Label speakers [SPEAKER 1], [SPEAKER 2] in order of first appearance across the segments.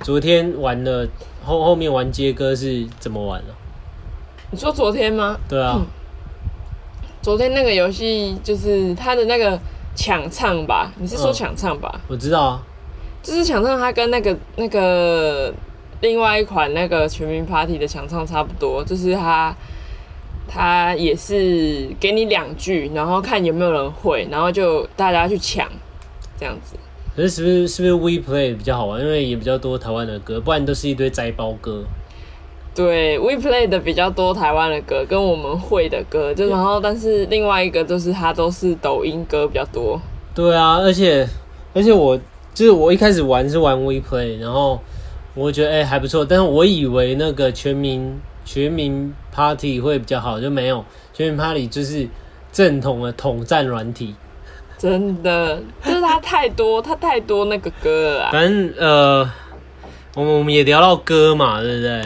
[SPEAKER 1] 昨天玩了后后面玩接歌是怎么玩啊？
[SPEAKER 2] 你说昨天吗？
[SPEAKER 1] 对啊，
[SPEAKER 2] 昨天那个游戏就是它的那个抢唱吧？你是说
[SPEAKER 1] 嗯
[SPEAKER 2] 抢唱吧？
[SPEAKER 1] 我知道啊，
[SPEAKER 2] 就是抢唱，它跟那个那个另外一款那个全民 Party 的抢唱差不多，就是它它也是给你两句，然后看有没有人会，然后就大家去抢这样子。
[SPEAKER 1] 可是是不是是不是 We Play 比较好玩？因为也比较多台湾的歌，不然都是一堆摘包歌。
[SPEAKER 2] 对，We Play 的比较多台湾的歌，跟我们会的歌，就然后但是另外一个就是它都是抖音歌比较多。
[SPEAKER 1] 对啊，而且而且我就是我一开始玩是玩 We Play，然后我觉得哎、还不错，但是我以为那个全民全民 Party 会比较好，就没有全民 Party 就是正统的统战软体。
[SPEAKER 2] 真的，就是它太多，它太多那个歌了啊，
[SPEAKER 1] 反正呃，我们我们也聊到歌嘛，对不对？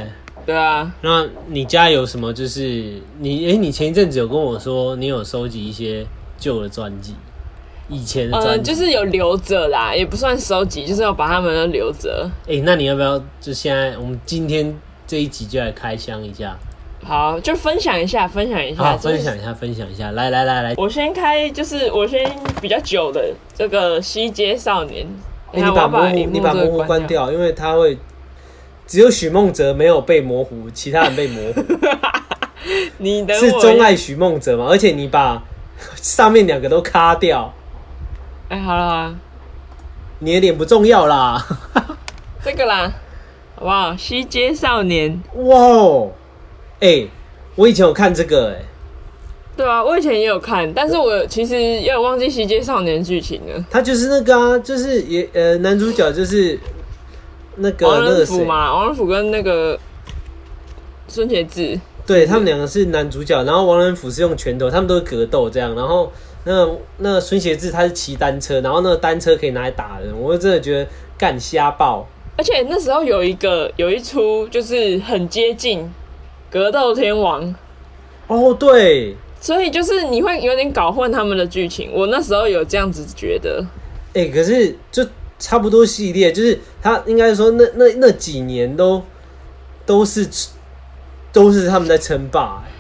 [SPEAKER 2] 对啊，
[SPEAKER 1] 那你家有什么？就是你哎、你前一阵子有跟我说你有收集一些旧的专辑，以前的
[SPEAKER 2] 嗯，
[SPEAKER 1] 专辑。
[SPEAKER 2] 就是有留着啦，也不算收集，就是要把它们都留着。
[SPEAKER 1] 哎、那你要不要就现在我们今天这一集就来开箱一下？
[SPEAKER 2] 好，就分享一下，分享一下，
[SPEAKER 1] 好，
[SPEAKER 2] 啊就是
[SPEAKER 1] 分享。一下，分享一下，来来来来，
[SPEAKER 2] 我先开，就是我先比较久的这个《西街少年》
[SPEAKER 1] 哎
[SPEAKER 2] 等一下
[SPEAKER 1] 你
[SPEAKER 2] 我
[SPEAKER 1] 把
[SPEAKER 2] 要
[SPEAKER 1] 模糊，
[SPEAKER 2] 荧幕
[SPEAKER 1] 你把
[SPEAKER 2] 这个
[SPEAKER 1] 模糊关。掉，因为它会只有许梦哲没有被模糊，其他人被模 糊，
[SPEAKER 2] 你等
[SPEAKER 1] 是
[SPEAKER 2] 哎我
[SPEAKER 1] 钟
[SPEAKER 2] 一
[SPEAKER 1] 爱许梦哲嘛？而且你把上面两个都卡掉，
[SPEAKER 2] 哎，好了好了，
[SPEAKER 1] 你的脸不重要啦。
[SPEAKER 2] 这个啦，好不好？《西街少年》
[SPEAKER 1] 哇哦，哎、我以前有看这个、哎，
[SPEAKER 2] 对啊，我以前也有看，但是我其实有点忘记《西街少年》剧情了。
[SPEAKER 1] 他就是那个啊，就是也呃，男主角就是那个
[SPEAKER 2] 王
[SPEAKER 1] 那
[SPEAKER 2] 仁
[SPEAKER 1] 个
[SPEAKER 2] 甫
[SPEAKER 1] 谁，
[SPEAKER 2] 嘛，王仁甫跟那个孙协志，
[SPEAKER 1] 对他们两个是男主角，然后王仁甫是用拳头，他们都是格斗这样，然后那个那个孙协志他是骑单车，然后那个单车可以拿来打人，我就真的觉得干瞎爆，
[SPEAKER 2] 而且那时候有一个有一出就是很接近《格斗天王》，
[SPEAKER 1] 哦对，
[SPEAKER 2] 所以就是你会有点搞混他们的剧情。我那时候有这样子觉得，
[SPEAKER 1] 哎、可是就差不多系列，就是他应该说那那那几年都都是都是他们在称霸、哎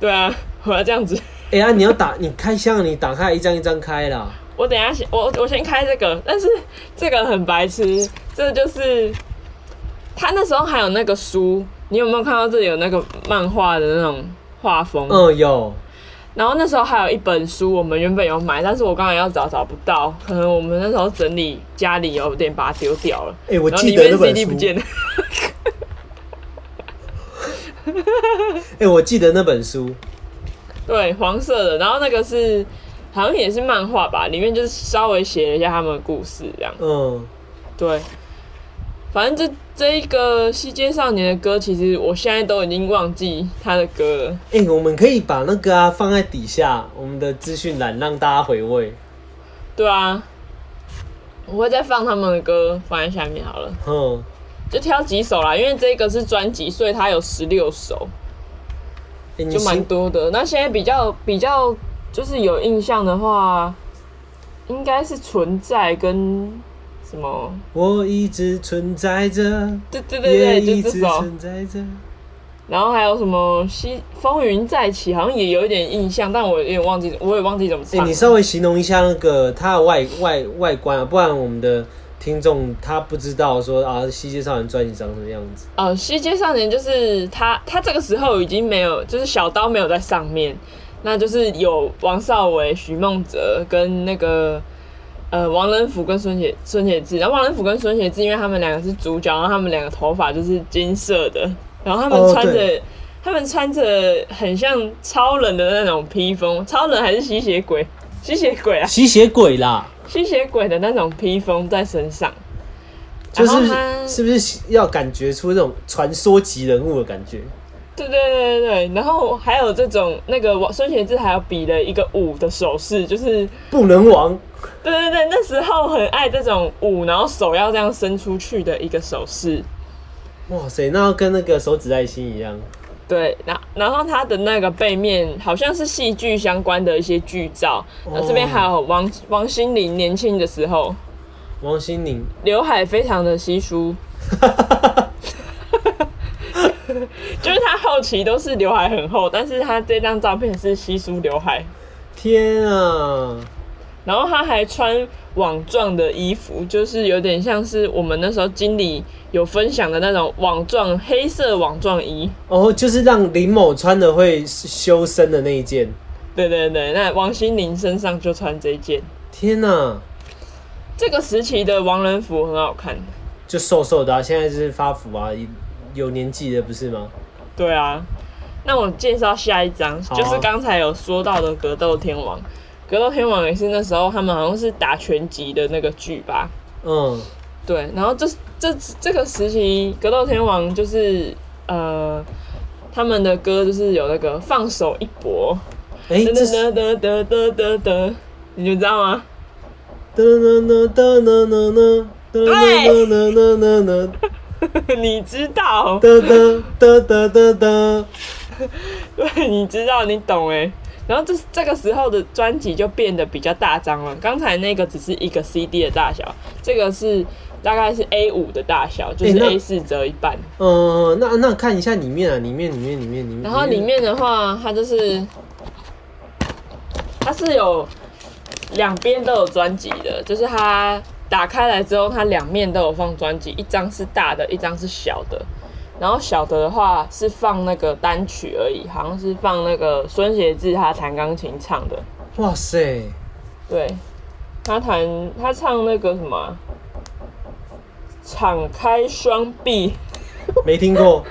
[SPEAKER 2] 对啊，我要这样子。
[SPEAKER 1] 哎、呀、你要打你开箱，你打开一张一张开啦。
[SPEAKER 2] 我等一下先，我我先开这个，但是这个很白痴，这就是他那时候还有那个书，你有没有看到这里有那个漫画的那种画风？
[SPEAKER 1] 嗯，有。
[SPEAKER 2] 然后那时候还有一本书，我们原本有买，但是我刚才要找找不到，可能我们那时候整理家里有点把它丢掉了，
[SPEAKER 1] 哎、我
[SPEAKER 2] 然后
[SPEAKER 1] 记
[SPEAKER 2] 里
[SPEAKER 1] 得
[SPEAKER 2] 面
[SPEAKER 1] 那本
[SPEAKER 2] CD
[SPEAKER 1] 书
[SPEAKER 2] 不。见了。
[SPEAKER 1] 哎、我记得那本书。
[SPEAKER 2] 对，黄色的，然后那个是好像也是漫画吧，里面就是稍微写了一下他们的故事这样。
[SPEAKER 1] 嗯，
[SPEAKER 2] 对，反正这这一个《西街少年》的歌，其实我现在都已经忘记他的歌了。
[SPEAKER 1] 哎、我们可以把那个啊放在底下我们的资讯栏，让大家回味。
[SPEAKER 2] 对啊，我会再放他们的歌放在下面好了，
[SPEAKER 1] 嗯，
[SPEAKER 2] 就挑几首啦，因为这个是专辑，所以它有十六首，
[SPEAKER 1] 哎、你
[SPEAKER 2] 就蛮
[SPEAKER 1] 心
[SPEAKER 2] 多的。那现在比较比较就是有印象的话，应该是存在跟什么？
[SPEAKER 1] 我一直存在着，
[SPEAKER 2] 对对
[SPEAKER 1] 也
[SPEAKER 2] 对对，
[SPEAKER 1] 一
[SPEAKER 2] 就
[SPEAKER 1] 直
[SPEAKER 2] 这首。
[SPEAKER 1] 存在着。哎
[SPEAKER 2] 然后还有什么西风云再起，好像也有一点印象，但我有点忘记，我也忘记怎么
[SPEAKER 1] 哎、
[SPEAKER 2] 唱了。
[SPEAKER 1] 你稍微形容一下那个它的外外外观啊，不然我们的听众他不知道说啊，《西街少年》专辑长什么样子。
[SPEAKER 2] 呃，《西街少年》就是他，他这个时候已经没有，就是小刀没有在上面，那就是有王少伟、徐梦哲跟那个呃王仁甫跟孙雪孙雪志，然后王仁甫跟孙雪志，因为他们两个是主角，然后他们两个头发就是金色的，然后他
[SPEAKER 1] 哦
[SPEAKER 2] 们穿着、
[SPEAKER 1] 对
[SPEAKER 2] 他们穿着很像超人的那种披风，超人还是吸血鬼？吸血鬼啊，
[SPEAKER 1] 吸血鬼啦，
[SPEAKER 2] 吸血鬼的那种披风在身上，
[SPEAKER 1] 就
[SPEAKER 2] 然
[SPEAKER 1] 是
[SPEAKER 2] 后他
[SPEAKER 1] 是不是要感觉出那种传说级人物的感觉？
[SPEAKER 2] 对对对对对，然后还有这种那个王孙贤志还有比了一个舞的手势，就是
[SPEAKER 1] 不能亡。
[SPEAKER 2] 对对对，那时候很爱这种舞，然后手要这样伸出去的一个手势。
[SPEAKER 1] 哇塞，那要跟那个手指爱心一样。
[SPEAKER 2] 对，然然后他的那个背面好像是戏剧相关的一些剧照，然后这边还有王王心凌年轻的时候，
[SPEAKER 1] 王心凌，
[SPEAKER 2] 刘海非常的稀疏，就是他后期都是刘海很厚，但是他这张照片是稀疏刘海，
[SPEAKER 1] 天啊！
[SPEAKER 2] 然后他还穿网状的衣服，就是有点像是我们那时候经理有分享的那种网状黑色网状衣。
[SPEAKER 1] 哦，就是让林某穿的会修身的那一件。
[SPEAKER 2] 对对对，那王心凌身上就穿这一件。
[SPEAKER 1] 天啊呐，
[SPEAKER 2] 这个时期的王仁甫很好看。
[SPEAKER 1] 就瘦瘦的、啊，现在是发福啊，有年纪的不是吗？
[SPEAKER 2] 对啊，那我介绍下一张，
[SPEAKER 1] 好啊
[SPEAKER 2] 就是刚才有说到的格斗天王。格斗天王也是那时候他们好像是打拳击的那个剧吧？
[SPEAKER 1] 嗯，
[SPEAKER 2] 对，然后这这这个时期，格斗天王就是呃，他们的歌就是有那个放手一搏，
[SPEAKER 1] 哎、
[SPEAKER 2] 噔
[SPEAKER 1] 这是
[SPEAKER 2] 噔噔噔噔噔噔，你们知道吗？
[SPEAKER 1] 噔噔噔噔噔噔噔噔噔噔噔噔噔
[SPEAKER 2] 你知道，
[SPEAKER 1] 噔噔噔噔噔，
[SPEAKER 2] 对，你知道，你懂哎。然后这这个时候的专辑就变得比较大张了，刚才那个只是一个 CD 的大小，这个是大概是 A 五的大小，就是
[SPEAKER 1] 诶哎那
[SPEAKER 2] A 四折一半。
[SPEAKER 1] 嗯，那那看一下里面啊，里面里面里面里面，
[SPEAKER 2] 然后里面的话，它就是它是有两边都有专辑的，就是它打开来之后，它两面都有放专辑，一张是大的，一张是小的。然后小的的话是放那个单曲而已，好像是放那个孙协志他弹钢琴唱的，
[SPEAKER 1] 哇塞，
[SPEAKER 2] 对，他弹他唱那个什么啊，敞开双臂，
[SPEAKER 1] 没听过，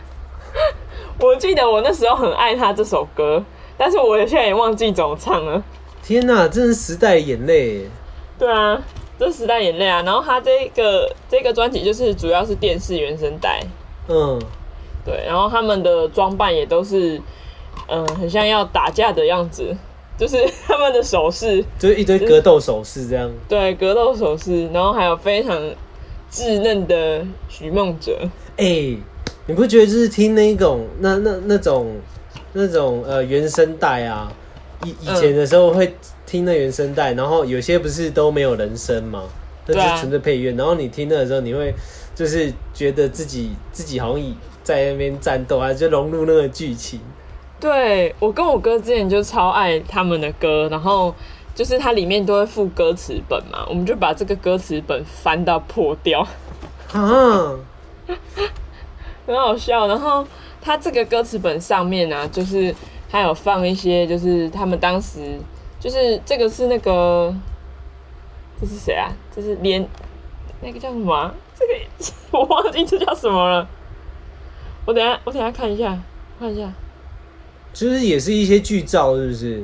[SPEAKER 2] 我记得我那时候很爱他这首歌，但是我现在也忘记怎么唱了。
[SPEAKER 1] 天呐，真是时代的眼泪，
[SPEAKER 2] 对啊，这时代眼泪啊。然后他这个这个专辑就是主要是电视原声带，
[SPEAKER 1] 嗯，
[SPEAKER 2] 对，然后他们的装扮也都是，嗯、很像要打架的样子，就是 他们的手势，
[SPEAKER 1] 就是一堆格斗手势这样，
[SPEAKER 2] 对，格斗手势，然后还有非常稚嫩的徐梦哲，
[SPEAKER 1] 哎、你不觉得就是听那一种那那那种那种呃原声带啊，以以前的时候会听那原声带，然后有些不是都没有人声嘛，那
[SPEAKER 2] 对啊
[SPEAKER 1] 就纯粹配乐，然后你听那的时候，你会就是觉得自己自己好像以在那边战斗啊，就融入那个剧情。
[SPEAKER 2] 对我跟我哥之前就超爱他们的歌，然后就是它里面都会附歌词本嘛，我们就把这个歌词本翻到破掉，
[SPEAKER 1] 啊，
[SPEAKER 2] 很好笑。然后它这个歌词本上面呢、啊，就是它有放一些，就是他们当时就是这个是那个这是谁啊？这是连那个叫什么啊、这个 我忘记这叫什么了。我等一下我等一下看一下看一下。
[SPEAKER 1] 就是也是一些剧照，是不是？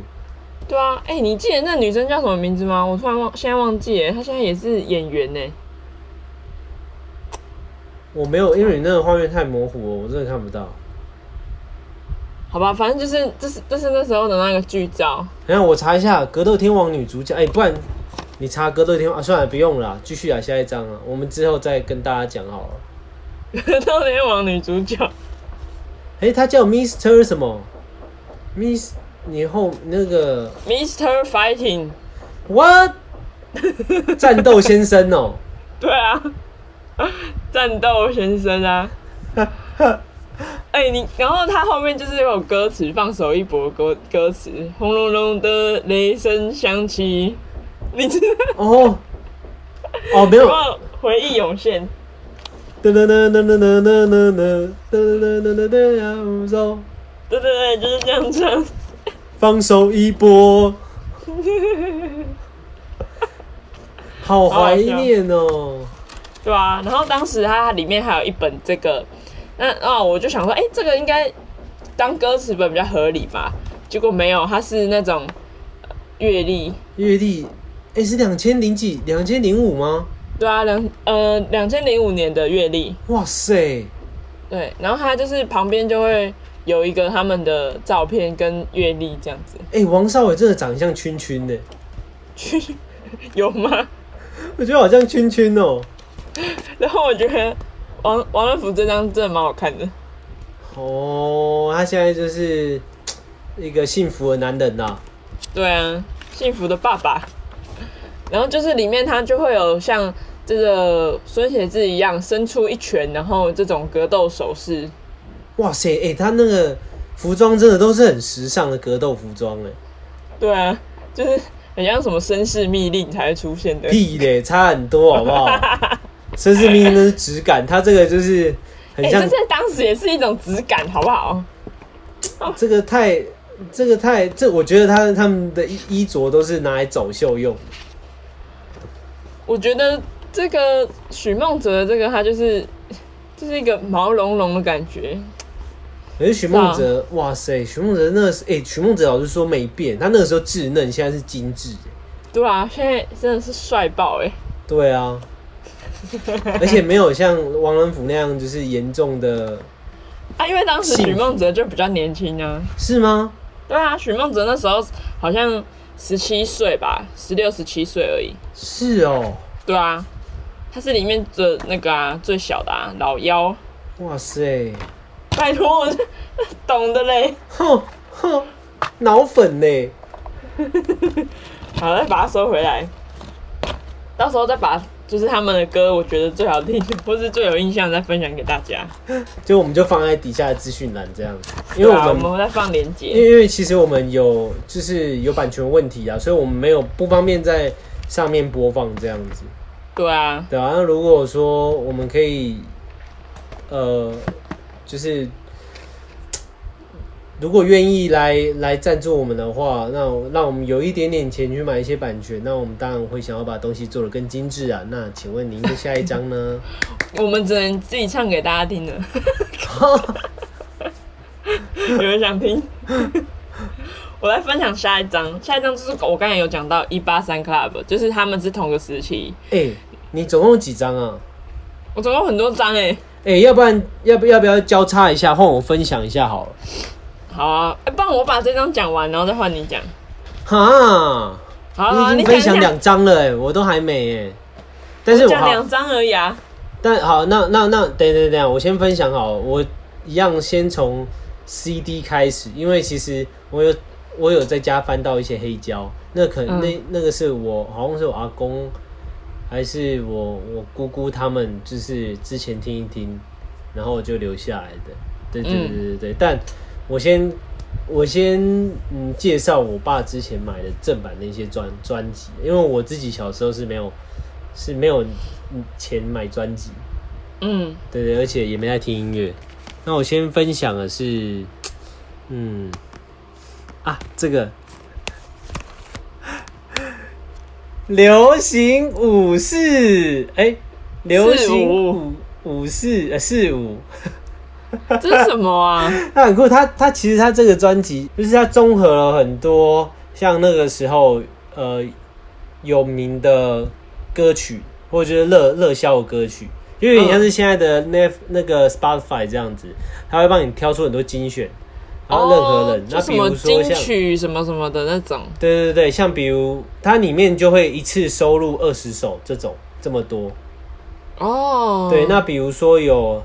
[SPEAKER 2] 对啊，哎、你记得那女生叫什么名字吗？我突然忘，现在忘记了，她现在也是演员呢。
[SPEAKER 1] 我没有，因为你那个画面太模糊了，我真的看不到。
[SPEAKER 2] 好吧，反正就是这是这是那时候的那个剧照，
[SPEAKER 1] 然后我查一下《格斗天王》女主角，哎、不然你查《格斗天王》啊，算了，不用了啦，继续啊，下一章啊，我们之后再跟大家讲好了。
[SPEAKER 2] 《斗天王》女主角
[SPEAKER 1] 哎、她叫 Mister 什么？Miss，你后那个
[SPEAKER 2] Mr. Fighting。
[SPEAKER 1] What？战斗先生哦、
[SPEAKER 2] 对啊， 战斗先生啊。哎、你然后他后面就是有歌词，放手一搏歌歌词，轰隆隆的雷声响起，你知道？
[SPEAKER 1] 哦哦，没有，
[SPEAKER 2] 吗？回忆涌现。
[SPEAKER 1] 噔噔噔噔噔噔噔噔噔噔噔噔噔，然后
[SPEAKER 2] 对对对，就是这样啊唱。
[SPEAKER 1] 放手一搏，好怀念哦、
[SPEAKER 2] 对啊，然后当时它里面还有一本这个，那哦，我就想说，哎、这个应该当歌词本比较合理吧？结果没有，它是那种呃阅历，
[SPEAKER 1] 月历，哎、是两千零几，两千零五吗？
[SPEAKER 2] 对啊，两呃两千零五年的阅历，
[SPEAKER 1] 哇塞，
[SPEAKER 2] 对，然后它就是旁边就会有一个他们的照片跟阅历这样子，
[SPEAKER 1] 哎、王少伟真的长得像圈圈的，
[SPEAKER 2] 去有吗？
[SPEAKER 1] 我觉得好像圈圈哦、
[SPEAKER 2] 然后我觉得王王仁甫这张真的蛮好看的，
[SPEAKER 1] 哦，他现在就是嘖一个幸福的男人呐、
[SPEAKER 2] 啊对啊，幸福的爸爸。然后就是里面他就会有像这个孙协志一样伸出一拳，然后这种格斗手势，
[SPEAKER 1] 哇塞，哎、他那个服装真的都是很时尚的格斗服装，哎，
[SPEAKER 2] 对啊，就是很像什么绅士密令才会出现的。
[SPEAKER 1] 屁嘞，差很多好不好？绅士命那是质感，他这个就是很
[SPEAKER 2] 哎、
[SPEAKER 1] 像
[SPEAKER 2] 这在当时也是一种质感，好不好？
[SPEAKER 1] 这个太，这个太，这我觉得他他们的衣衣着都是拿来走秀用。
[SPEAKER 2] 我觉得这个许梦哲这个他就是就是一个毛茸茸的感觉，
[SPEAKER 1] 可是啊许梦哲，哇塞，许梦哲那个是，哎、许梦哲老师说没变，他那个时候稚嫩，现在是精致。
[SPEAKER 2] 对啊，现在真的是帅爆哎、
[SPEAKER 1] 对 啊，而且没有像王仁甫那样就是严重的，
[SPEAKER 2] 啊，因为当时
[SPEAKER 1] 幸福
[SPEAKER 2] 许梦哲就比较年轻啊，
[SPEAKER 1] 是吗？
[SPEAKER 2] 对啊，许梦哲那时候好像十七岁吧，十六十七岁而已，
[SPEAKER 1] 是哦，
[SPEAKER 2] 对啊，他是里面的那个啊最小的啊老幺，
[SPEAKER 1] 哇塞，
[SPEAKER 2] 拜托我 懂的嘞，
[SPEAKER 1] 哼哼，脑粉呢？
[SPEAKER 2] 好，再把它收回来，到时候再把就是他们的歌，我觉得最好听或是最有印象再分享给大家。
[SPEAKER 1] 就我们就放在底下的资讯栏这样，因为
[SPEAKER 2] 对啊，
[SPEAKER 1] 我
[SPEAKER 2] 我
[SPEAKER 1] 们
[SPEAKER 2] 们会再放链
[SPEAKER 1] 因
[SPEAKER 2] 接。
[SPEAKER 1] 为因为其实我们有就是有版权问题啊，所以我们没有不方便在上面播放这样子，
[SPEAKER 2] 对啊，
[SPEAKER 1] 对啊，那如果说我们可以，呃，就是如果愿意来来赞助我们的话，那我让我们有一点点钱去买一些版权，那我们当然会想要把东西做得更精致啊。那请问您的下一张呢？
[SPEAKER 2] 我们只能自己唱给大家听了。 有人想听？我来分享下一张，下一张就是我刚才有讲到一八三 Club，就是他们是同个时期。
[SPEAKER 1] 哎、你总共有几张啊？
[SPEAKER 2] 我总共很多张哎、
[SPEAKER 1] 哎、要不然要不要不要交叉一下，换我分享一下好了。
[SPEAKER 2] 好啊，哎、不然我把这张讲完，然后再换你讲。
[SPEAKER 1] 哈，
[SPEAKER 2] 好啊、好啊，
[SPEAKER 1] 你已
[SPEAKER 2] 你
[SPEAKER 1] 经
[SPEAKER 2] 讲
[SPEAKER 1] 分享
[SPEAKER 2] 一讲，
[SPEAKER 1] 两张了哎、我都还没哎、但是我
[SPEAKER 2] 讲
[SPEAKER 1] 好
[SPEAKER 2] 两，张而已啊。
[SPEAKER 1] 但好，那那那等等等，我先分享好了，我一样先从 CD 开始，因为其实我有我有在家翻到一些黑胶，那可能、
[SPEAKER 2] 嗯
[SPEAKER 1] 那那个是我好像是我阿公还是我我姑姑他们，就是之前听一听，然后我就留下来的。对对对对对，但我先我先嗯介绍我爸之前买的正版的一些专专辑，因为我自己小时候是没有是没有嗯钱买专辑，
[SPEAKER 2] 嗯，
[SPEAKER 1] 对对，而且也没在听音乐。那我先分享的是，嗯，啊，这个 流行武士，哎、流行
[SPEAKER 2] 五，
[SPEAKER 1] 武士呃四五，
[SPEAKER 2] 这是什么 啊？
[SPEAKER 1] 他很酷，他他其实他这个专辑就是他综合了很多像那个时候呃有名的歌曲，或者就是热热销的歌曲，就有点像是现在的那
[SPEAKER 2] 哦
[SPEAKER 1] 那个 Spotify 这样子，他会帮你挑出很多精选，然后任何人
[SPEAKER 2] 哦，
[SPEAKER 1] 那
[SPEAKER 2] 就什
[SPEAKER 1] 比
[SPEAKER 2] 么
[SPEAKER 1] 如说
[SPEAKER 2] 金
[SPEAKER 1] 像
[SPEAKER 2] 曲什么什么的那种。
[SPEAKER 1] 对对对，像比如它里面就会一次收录二十首这种这么多，
[SPEAKER 2] 哦，
[SPEAKER 1] 对，那比如说有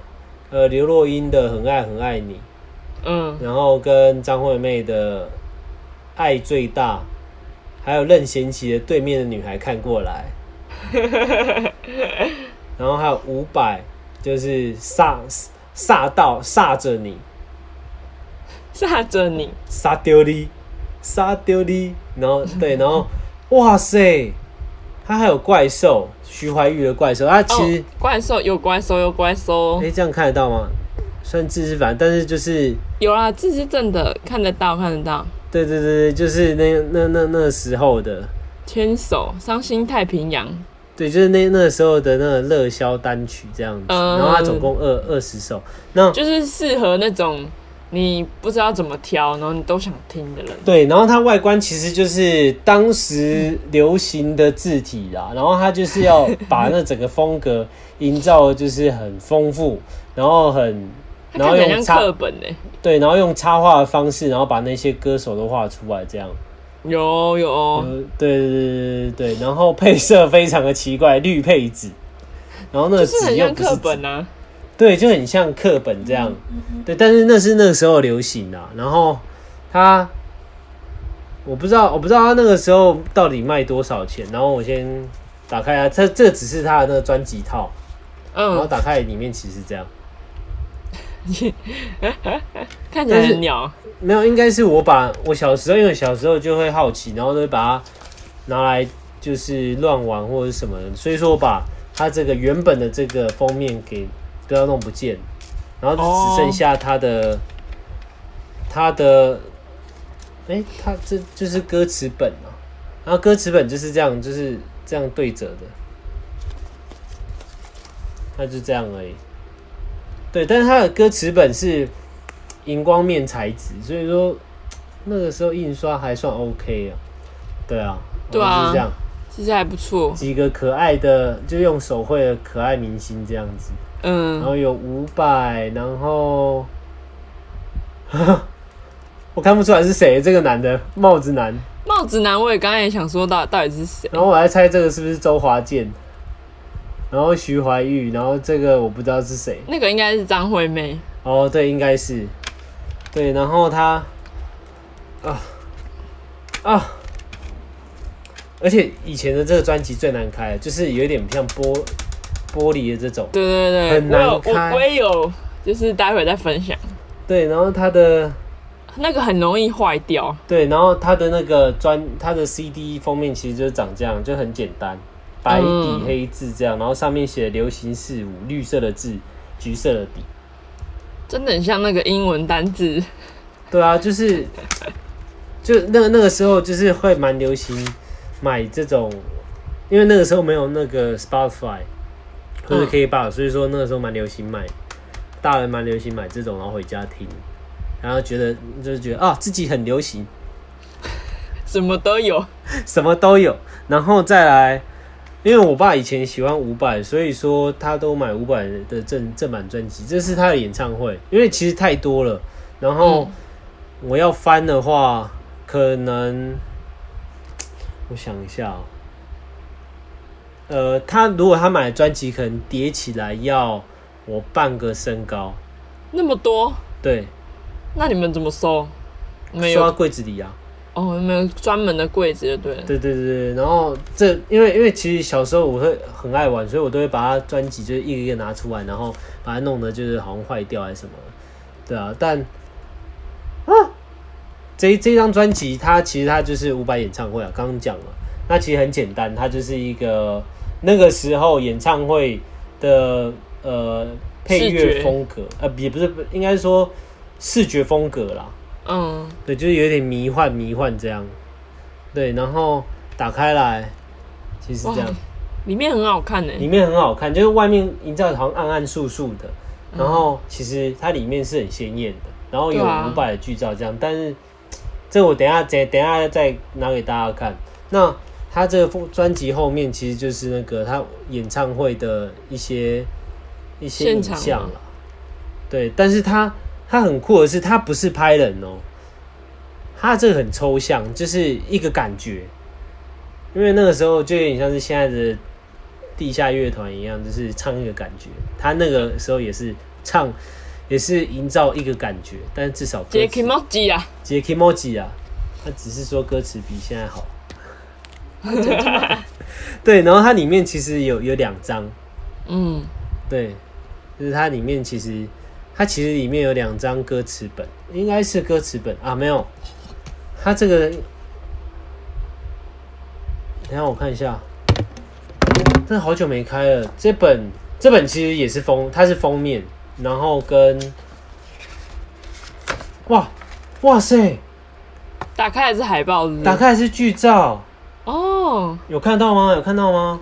[SPEAKER 1] 呃刘若英的《很爱很爱你》。
[SPEAKER 2] 嗯，
[SPEAKER 1] 然后跟张惠妹的《爱最大》，还有任贤齐的《对面的女孩看过来》，然后还有伍佰，就是煞煞到煞着你，
[SPEAKER 2] 吓着你，哦
[SPEAKER 1] 杀丢你，杀丢你，然后对，然后哇塞，他还有怪兽，徐怀钰的怪兽，他其实
[SPEAKER 2] 哦，怪兽有怪兽有怪兽哦
[SPEAKER 1] 哎、，这样看得到吗？算知识反，但是就是
[SPEAKER 2] 有啦，这是真的，看得到看得到，
[SPEAKER 1] 对对对对，就是那那那那时候的。
[SPEAKER 2] 牵手，伤心太平洋，
[SPEAKER 1] 对，就是那那时候的那个热销单曲这样子，
[SPEAKER 2] 嗯
[SPEAKER 1] 然后它总共二二十首。那
[SPEAKER 2] 就是适合那种你不知道怎么挑，然后你都想听的人。
[SPEAKER 1] 对，然后它外观其实就是当时流行的字体啦，然后它就是要把那整个风格营造得就是很丰富，然后很，
[SPEAKER 2] 它
[SPEAKER 1] 然
[SPEAKER 2] 看
[SPEAKER 1] 后
[SPEAKER 2] 起
[SPEAKER 1] 用
[SPEAKER 2] 来像
[SPEAKER 1] 插
[SPEAKER 2] 课本欸诶、
[SPEAKER 1] 对，然后用插画的方式，然后把那些歌手都画出来这样。
[SPEAKER 2] 有有哦，
[SPEAKER 1] 呃，对对对对对对，然后配色非常的奇怪，绿配纸，然后那个
[SPEAKER 2] 就是
[SPEAKER 1] 纸
[SPEAKER 2] 很
[SPEAKER 1] 又
[SPEAKER 2] 像
[SPEAKER 1] 不是
[SPEAKER 2] 课
[SPEAKER 1] 纸
[SPEAKER 2] 本啊。
[SPEAKER 1] 对，就很像课本这样。对，但是那是那个时候流行的、啊，然后他，我不知道，我不知道他那个时候到底卖多少钱。然后我先打开啊，这这只是他的那个专辑套，然后
[SPEAKER 2] 嗯，
[SPEAKER 1] 打开里面其实是这样，
[SPEAKER 2] 看起来很鸟。
[SPEAKER 1] 没有，应该是我把我小时候，因为小时候就会好奇，然后就会把它拿来就是乱玩或者是什么的，所以说我把它这个原本的这个封面给不要弄不见，然后
[SPEAKER 2] 哦
[SPEAKER 1] 只剩下它的、它的，哎、它这就是歌词本啊，然后歌词本就是这样，就是这样对折的，它就这样而已。对，但是它的歌词本是荧光面材质，所以说那个时候印刷还算 OK 啊。对啊，
[SPEAKER 2] 对
[SPEAKER 1] 然后
[SPEAKER 2] 啊
[SPEAKER 1] 就是这样，
[SPEAKER 2] 其实还不错。
[SPEAKER 1] 几个可爱的，就用手绘的可爱明星这样子，然
[SPEAKER 2] 嗯，
[SPEAKER 1] 后有五百，然后， 我看不出来是谁，这个男的帽子男，
[SPEAKER 2] 帽子男我也刚才也想说到到底是谁。
[SPEAKER 1] 然后我还猜这个是不是周华健，然后徐怀钰，然后这个我不知道是谁，
[SPEAKER 2] 那个应该是张惠妹，
[SPEAKER 1] 哦，对，应该是，对，然后他，啊啊，而且以前的这个专辑最难开，就是有一点像玻玻璃的这种，
[SPEAKER 2] 对对
[SPEAKER 1] 很
[SPEAKER 2] 对，
[SPEAKER 1] 难
[SPEAKER 2] 我有
[SPEAKER 1] 开
[SPEAKER 2] 我我也有，就是待会再分享。
[SPEAKER 1] 对，然后他的
[SPEAKER 2] 那个很容易坏掉，
[SPEAKER 1] 对，然后他的那个专他的 CD 封面其实就是长这样，就很简单，白底
[SPEAKER 2] 嗯
[SPEAKER 1] 黑字这样，然后上面写流行事物，绿色的字，橘色的底，
[SPEAKER 2] 真的很像那个英文单字。
[SPEAKER 1] 对啊，就是，就那那个时候就是会蛮流行买这种，因为那个时候没有那个 Spotify 或者
[SPEAKER 2] 嗯
[SPEAKER 1] K 吧、所以说那个时候蛮流行买，大人蛮流行买这种，然后回家听，然后觉得就是觉得啊自己很流行，
[SPEAKER 2] 什么都有。
[SPEAKER 1] 什么都有，然后再来。因为我爸以前喜欢伍佰，所以说他都买伍佰的正正版专辑，这是他的演唱会。因为其实太多了，然后、
[SPEAKER 2] 嗯
[SPEAKER 1] 我要翻的话，可能我想一下、哦，呃，他如果他买的专辑，可能叠起来要我半个身高，
[SPEAKER 2] 那么多，
[SPEAKER 1] 对，
[SPEAKER 2] 那你们怎么收？没
[SPEAKER 1] 收到
[SPEAKER 2] 有
[SPEAKER 1] 柜子里啊，
[SPEAKER 2] 哦，你们有专门的柜子就对了。
[SPEAKER 1] 对对对对，然后这因为因为其实小时候我会很爱玩，所以我都会把它专辑就是一个一个拿出来，然后把它弄得就是好像坏掉还是什么的，对啊，但啊，这这张专辑它其实它就是伍佰演唱会啊，刚刚讲了，那其实很简单，它就是一个那个时候演唱会的呃配
[SPEAKER 2] 视
[SPEAKER 1] 乐
[SPEAKER 2] 觉
[SPEAKER 1] 风格，呃也不是应该说视觉风格啦，
[SPEAKER 2] 嗯，
[SPEAKER 1] 对，就是有点迷幻迷幻这样。对，然后打开来，其实这样
[SPEAKER 2] 哇，里面很好看呢。
[SPEAKER 1] 里面很好看，就是外面营造得好像暗暗素素的，然后其实它里面是很鲜艳的，然后有
[SPEAKER 2] 嗯对啊
[SPEAKER 1] 五百的剧照这样，但是这我等一下再等一下再拿给大家看。那它这个封专辑后面其实就是那个他演唱会的一些一些影
[SPEAKER 2] 现场啊
[SPEAKER 1] 像
[SPEAKER 2] 吗
[SPEAKER 1] 了，对，但是他他很酷的是，他不是拍人哦、他这个很抽象，就是一个感觉，因为那个时候就有点像是现在的地下乐团一样，就是唱一个感觉。他那个时候也是唱，也是营造一个感觉，但至少歌
[SPEAKER 2] 杰
[SPEAKER 1] 词
[SPEAKER 2] k i m o j i 啊，
[SPEAKER 1] 杰 k i m o j i 啊，他只是说歌词比现在好。对，然后它里面其实有有两张，
[SPEAKER 2] 嗯，
[SPEAKER 1] 对，就是它里面其实它其实里面有两张歌词本，应该是歌词本啊，没有，它这个，等一下我看一下，真的好久没开了。这本这本其实也是封，它是封面，然后跟，哇哇塞，
[SPEAKER 2] 打开还是海报是不是
[SPEAKER 1] 打开还是剧照，
[SPEAKER 2] 哦，
[SPEAKER 1] 有看到吗？有看到吗？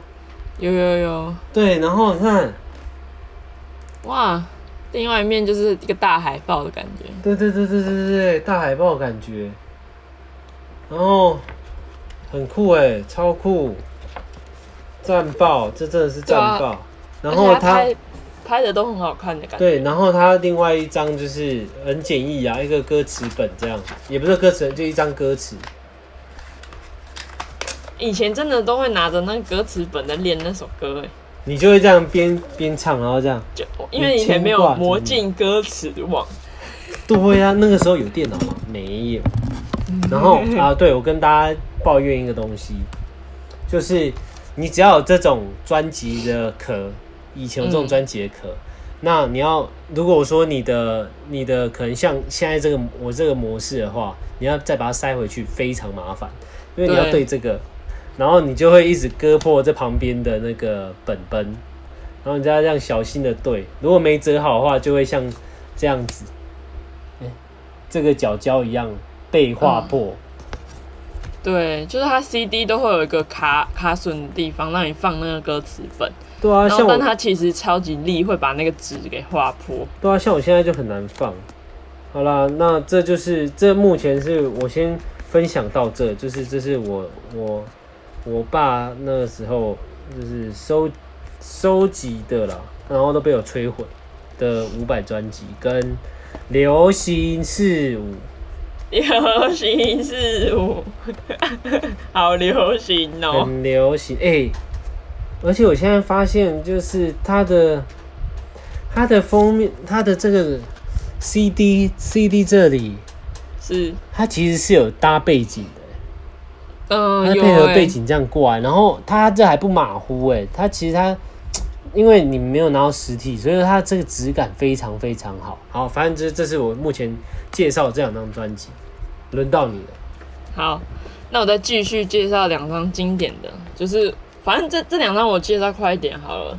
[SPEAKER 2] 有有有，
[SPEAKER 1] 对，然后你看，
[SPEAKER 2] 哇，另外一面就是一个大海报的感觉。
[SPEAKER 1] 对对对对对对对，大海报感觉，然后很酷哎，超酷，战报，这真的是战
[SPEAKER 2] 对啊
[SPEAKER 1] 报。然后
[SPEAKER 2] 而且
[SPEAKER 1] 它
[SPEAKER 2] 拍拍的都很好看的感觉。
[SPEAKER 1] 对，然后它另外一张就是很简易啊，一个歌词本这样，也不是歌词本，就一张歌词。
[SPEAKER 2] 以前真的都会拿着那个歌词本在练那首歌，哎，
[SPEAKER 1] 你就会这样边边唱，然后这样。
[SPEAKER 2] 就因为以前没
[SPEAKER 1] 你牵挂
[SPEAKER 2] 有
[SPEAKER 1] 着
[SPEAKER 2] 魔
[SPEAKER 1] 你
[SPEAKER 2] 镜歌词网。
[SPEAKER 1] 嗯对呀、啊那个时候有电脑吗？没有。然后啊，对我跟大家抱怨一个东西，就是你只要有这种专辑的壳，以前有这种
[SPEAKER 2] 嗯
[SPEAKER 1] 专辑的壳，那你要如果说你的你的可能像现在这个我这个模式的话，你要再把它塞回去非常麻烦，因为你要
[SPEAKER 2] 对
[SPEAKER 1] 对这个，然后你就会一直割破这旁边的那个本本，然后你就要这样小心的对，如果没折好的话，就会像这样子，哎、这个角胶一样被划破。
[SPEAKER 2] 对，就是它 CD 都会有一个卡卡损的地方，让你放那个歌词本。
[SPEAKER 1] 对啊，
[SPEAKER 2] 然
[SPEAKER 1] 像
[SPEAKER 2] 后，
[SPEAKER 1] 我
[SPEAKER 2] 但它其实超级力会把那个纸给划破。
[SPEAKER 1] 对啊，像我现在就很难放。好啦，那这就是这目前是我先分享到这，就是这是我我我爸那时候就是收收集的啦，然后都被我摧毁的五百专辑跟流行事物。
[SPEAKER 2] 流行事物， 好流行哦、
[SPEAKER 1] 很流行哎、而且我现在发现，就是它的它的封面，它的这个 CD CD 这里，
[SPEAKER 2] 是，
[SPEAKER 1] 它其实是有搭背景的，
[SPEAKER 2] 嗯、
[SPEAKER 1] 它
[SPEAKER 2] 有、
[SPEAKER 1] 配合
[SPEAKER 2] 欸、
[SPEAKER 1] 背景这样过来，然后它这还不马虎哎、它其实它因为你没有拿到实体，所以它这个质感非常非常好。好，反正这这是我目前介绍这两张专辑，轮到你了。
[SPEAKER 2] 好，那我再继续介绍两张经典的，就是反正这这两张我介绍快一点好了。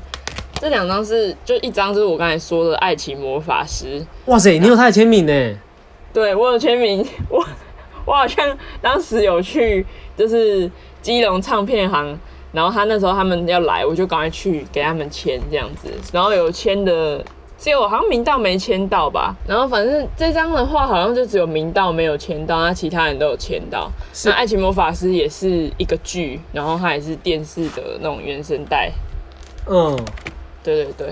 [SPEAKER 2] 这两张是就一张就是我刚才说的《爱情魔法师》，
[SPEAKER 1] 哇塞，你有他的签名呢、
[SPEAKER 2] 对我有签名， 我我好像当时有去就是基隆唱片行，然后他那时候他们要来，我就赶快去给他们签这样子，然后有签的。只有好像明道没签到吧，然后反正这张的话好像就只有明道没有签到，那其他人都有签到。
[SPEAKER 1] 是
[SPEAKER 2] 那《爱情魔法师》也是一个剧，然后它也是电视的那种原声带，
[SPEAKER 1] 嗯，
[SPEAKER 2] 对对
[SPEAKER 1] 哎
[SPEAKER 2] 对。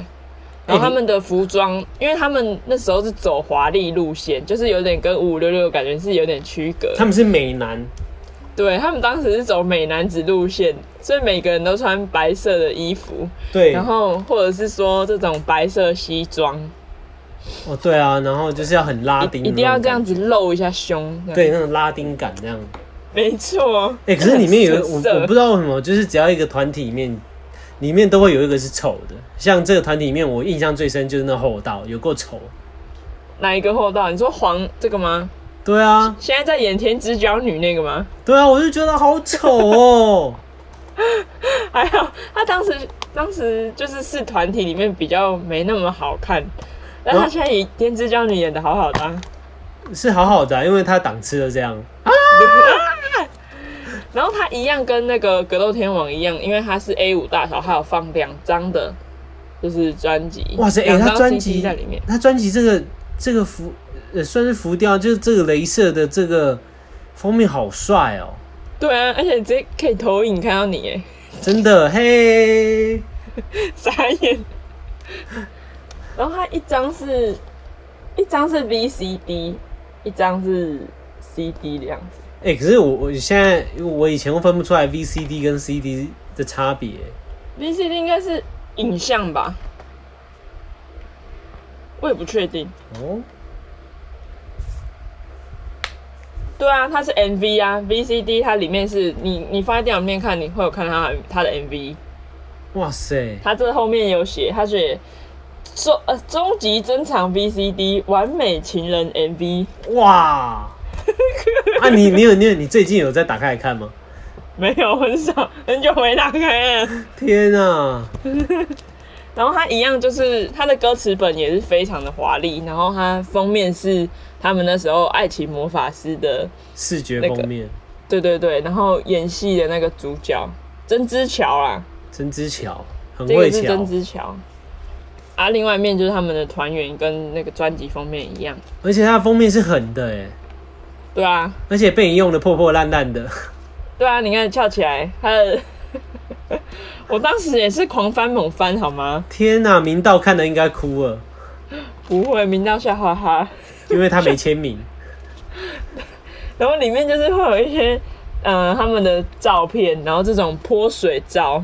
[SPEAKER 2] 然后他们的服装，因为他们那时候是走华丽路线，就是有点跟五五六六感觉是有点区隔。
[SPEAKER 1] 他们是美男。
[SPEAKER 2] 对他们当时是走美男子路线，所以每个人都穿白色的衣服，
[SPEAKER 1] 对，
[SPEAKER 2] 然后或者是说这种白色西装，
[SPEAKER 1] 哦，对啊，然后就是要很拉丁，
[SPEAKER 2] 一定要这样。子露一下胸。这
[SPEAKER 1] 对，
[SPEAKER 2] 样，
[SPEAKER 1] 那种拉丁感这样。
[SPEAKER 2] 没错。
[SPEAKER 1] 哎、可是里面有一个我
[SPEAKER 2] 很色
[SPEAKER 1] 我不知道为什么，就是只要一个团体里面，里面都会有一个是丑的。像这个团体里面，我印象最深就是那厚道，有够丑。
[SPEAKER 2] 哪一个厚道？你说黄这个吗？
[SPEAKER 1] 对啊，
[SPEAKER 2] 现在在演《天之娇女》那个吗？
[SPEAKER 1] 对啊，我就觉得好丑哦。
[SPEAKER 2] 还有他当时当时就是是团体里面比较没那么好看，但
[SPEAKER 1] 然
[SPEAKER 2] 他
[SPEAKER 1] 后
[SPEAKER 2] 现在以天之娇女演的好好的啊、
[SPEAKER 1] 是好好的啊、因为他档次就这样。
[SPEAKER 2] 然后他一样跟那个格斗天王一样，因为他是 A 五大小，还有放两张的，就是专辑。
[SPEAKER 1] 哇塞，哎、
[SPEAKER 2] 两张
[SPEAKER 1] 他专
[SPEAKER 2] CD
[SPEAKER 1] 辑
[SPEAKER 2] 在里面，
[SPEAKER 1] 他专辑这个这个浮呃算是浮雕，就是这个镭射的这个封面好帅哦，
[SPEAKER 2] 对啊，而且直接可以投影看到你，耶，
[SPEAKER 1] 真的嘿。
[SPEAKER 2] 傻眼。然后他一张是，一张是 VCD，一张是 CD 的样子。
[SPEAKER 1] 哎、可是我我现在我以前分不出来 VCD 跟 CD 的差别、
[SPEAKER 2] VCD 应该是影像吧，我也不确定。
[SPEAKER 1] 哦，
[SPEAKER 2] 对啊，它是 MV 啊，VCD 它里面是你你放在电脑里面看，你会有看到它它的 MV，
[SPEAKER 1] 哇塞，
[SPEAKER 2] 它这后面有写，它写终呃终极珍藏 VCD 完美情人 MV，
[SPEAKER 1] 哇！啊，你你有你有你最近有在打开来看吗？
[SPEAKER 2] 没有很少很久没打开了。
[SPEAKER 1] 天啊，
[SPEAKER 2] 然后它一样就是它的歌词本也是非常的华丽，然后它封面是他们那时候爱情魔法师的
[SPEAKER 1] 视觉
[SPEAKER 2] 那个
[SPEAKER 1] 封面，
[SPEAKER 2] 对对对，然后演戏的那个主角曾之乔啊，
[SPEAKER 1] 真之巧，很
[SPEAKER 2] 这个
[SPEAKER 1] 会
[SPEAKER 2] 是
[SPEAKER 1] 巧
[SPEAKER 2] 曾，之乔。啊，另外一面就是他们的团员跟那个专辑封面一样，
[SPEAKER 1] 而且它的封面是狠的哎，
[SPEAKER 2] 对啊，
[SPEAKER 1] 而且被你用的破破烂烂的，
[SPEAKER 2] 对啊，你看翘起来，他的， 我当时也是狂翻猛翻，好吗？
[SPEAKER 1] 天呐、明道看的应该哭了，
[SPEAKER 2] 不会，明道笑哈哈。
[SPEAKER 1] 因为他没签名。
[SPEAKER 2] 然后里面就是会有一些，呃，他们的照片，然后这种泼水照，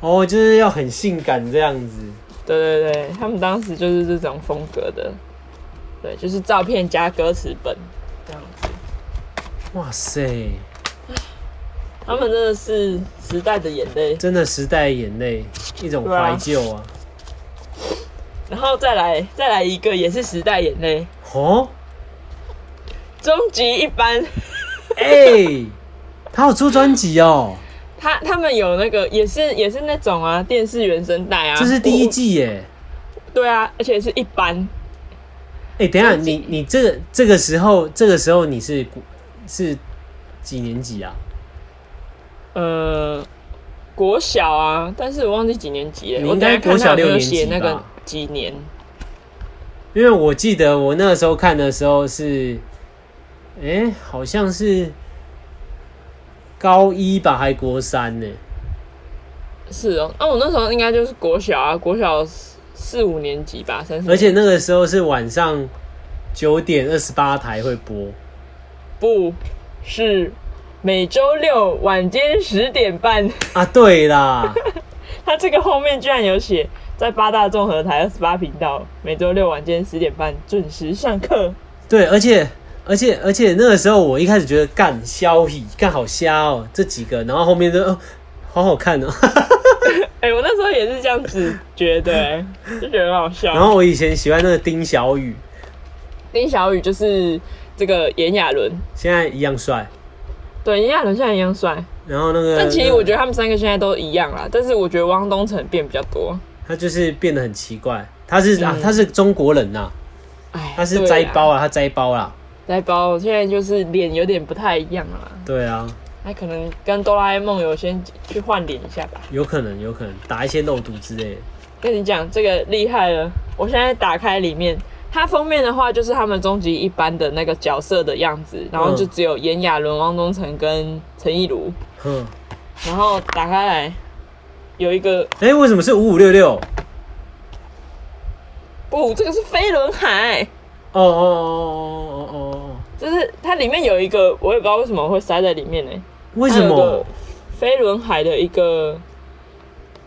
[SPEAKER 1] 哦，就是要很性感这样子，
[SPEAKER 2] 对对对，他们当时就是这种风格的，对，就是照片加歌词本这样子。
[SPEAKER 1] 哇塞！
[SPEAKER 2] 他们真的是时代的眼泪，
[SPEAKER 1] 真的时代眼泪，一种
[SPEAKER 2] 对啊
[SPEAKER 1] 怀旧啊。
[SPEAKER 2] 然后再来再来一个也是时代眼泪，
[SPEAKER 1] 哦，
[SPEAKER 2] 终极一班。
[SPEAKER 1] 哎、他有出专辑哦，
[SPEAKER 2] 他他们有那个也是也是那种啊电视原声带 啊，
[SPEAKER 1] 这是第
[SPEAKER 2] 我
[SPEAKER 1] 一，季耶。
[SPEAKER 2] 对啊，而且是一班，
[SPEAKER 1] 哎、等一下，
[SPEAKER 2] 专辑
[SPEAKER 1] 你你这个这个时候，这个时候你是是几年级啊？
[SPEAKER 2] 呃，国小啊，但是我忘记几年级了，
[SPEAKER 1] 你
[SPEAKER 2] 我
[SPEAKER 1] 应
[SPEAKER 2] 等
[SPEAKER 1] 该
[SPEAKER 2] 一下看
[SPEAKER 1] 国小
[SPEAKER 2] 他有没
[SPEAKER 1] 六
[SPEAKER 2] 有
[SPEAKER 1] 年级
[SPEAKER 2] 写那个
[SPEAKER 1] 吧
[SPEAKER 2] 几年，
[SPEAKER 1] 因为我记得我那时候看的时候是，哎、好像是高一吧，还国三呢。
[SPEAKER 2] 是哦，那、我那时候应该就是国小啊，国小四四五年级吧，三四年级，
[SPEAKER 1] 而且那个时候是晚上九点二十八台会播，
[SPEAKER 2] 不是每周六晚间十点半，
[SPEAKER 1] 啊，对啦，
[SPEAKER 2] 他这个后面居然有写在八大综合台二十八频道，每周六晚间十点半准时上课。
[SPEAKER 1] 对，而且而且而且那个时候我一开始觉得干消息干好瞎哦这几个，然后后面就、哦、好好看哦。
[SPEAKER 2] 哎、我那时候也是这样子觉得、哎 就觉得很好笑。
[SPEAKER 1] 然后我以前喜欢那个丁小雨，
[SPEAKER 2] 丁小雨就是这个炎亚纶，
[SPEAKER 1] 现在一样帅。
[SPEAKER 2] 对，炎亚纶现在一样帅，
[SPEAKER 1] 然后那个，
[SPEAKER 2] 但其实我觉
[SPEAKER 1] 得
[SPEAKER 2] 得他们三个现在都一样啦。但是我觉得汪东城变比较多，
[SPEAKER 1] 他就是变得很奇怪，他是啊
[SPEAKER 2] 嗯，
[SPEAKER 1] 他是中国人呐，
[SPEAKER 2] 哎，
[SPEAKER 1] 他是
[SPEAKER 2] 对啦
[SPEAKER 1] 摘包，啊，他摘包啦，
[SPEAKER 2] 摘包，现在就是脸有点不太一样啦。
[SPEAKER 1] 对啊，
[SPEAKER 2] 那可能跟哆啦 A 梦有先去换脸一下吧。
[SPEAKER 1] 有可能有可能打一些肉毒之类的。
[SPEAKER 2] 跟你讲，这个厉害了！我现在打开里面，它封面的话就是他们终极一班的那个角色的样子，然后就只有炎亚纶、汪东城跟陈亦儒。
[SPEAKER 1] 哼，
[SPEAKER 2] 然后打开来有一个
[SPEAKER 1] 哎、为什么是五五六六？
[SPEAKER 2] 不，哦这个是飞轮海，
[SPEAKER 1] 哦哦哦哦哦哦，
[SPEAKER 2] 就是它里面有一个，我也不知道为什么会塞在里面呢、
[SPEAKER 1] 为
[SPEAKER 2] 它
[SPEAKER 1] 什
[SPEAKER 2] 有
[SPEAKER 1] 么
[SPEAKER 2] 个？飞轮海的一个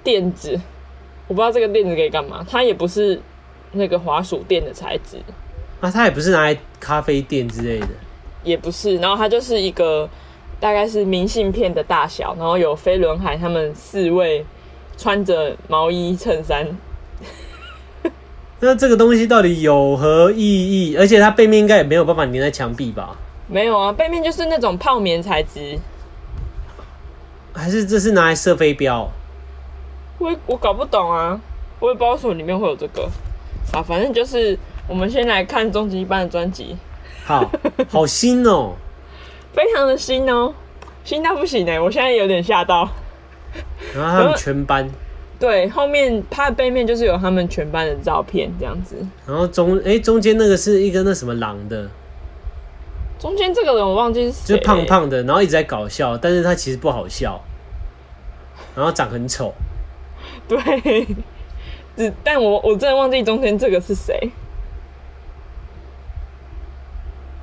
[SPEAKER 2] 垫子，我不知道这个垫子可以干嘛，它也不是那个滑鼠垫的材质，
[SPEAKER 1] 啊，他也不是拿来咖啡店之类的。
[SPEAKER 2] 也不是，然后它就是一个大概是明信片的大小，然后有飞轮海他们四位穿着毛衣衬衫，
[SPEAKER 1] 那这个东西到底有何意义？而且它背面应该也没有办法粘在墙壁吧？
[SPEAKER 2] 没有啊，背面就是那种泡棉材质，
[SPEAKER 1] 还是这是拿来射飞镖？
[SPEAKER 2] 我也我搞不懂啊，我也不知道为什么里面会有这个啊，反正就是我们先来看终极一班的专辑，
[SPEAKER 1] 好好新哦、
[SPEAKER 2] 非常的新哦，新到不行哎、我现在有点吓到。
[SPEAKER 1] 然后他们全班，
[SPEAKER 2] 对，后面它的背面就是有他们全班的照片这样子，
[SPEAKER 1] 然后中哎、中间那个是一个那什么狼的，
[SPEAKER 2] 中间这个人我忘记是
[SPEAKER 1] 就
[SPEAKER 2] 谁欸
[SPEAKER 1] 是胖胖的，然后一直在搞笑，但是他其实不好笑，然后长很丑。
[SPEAKER 2] 对，只但我我真的忘记中间这个是谁。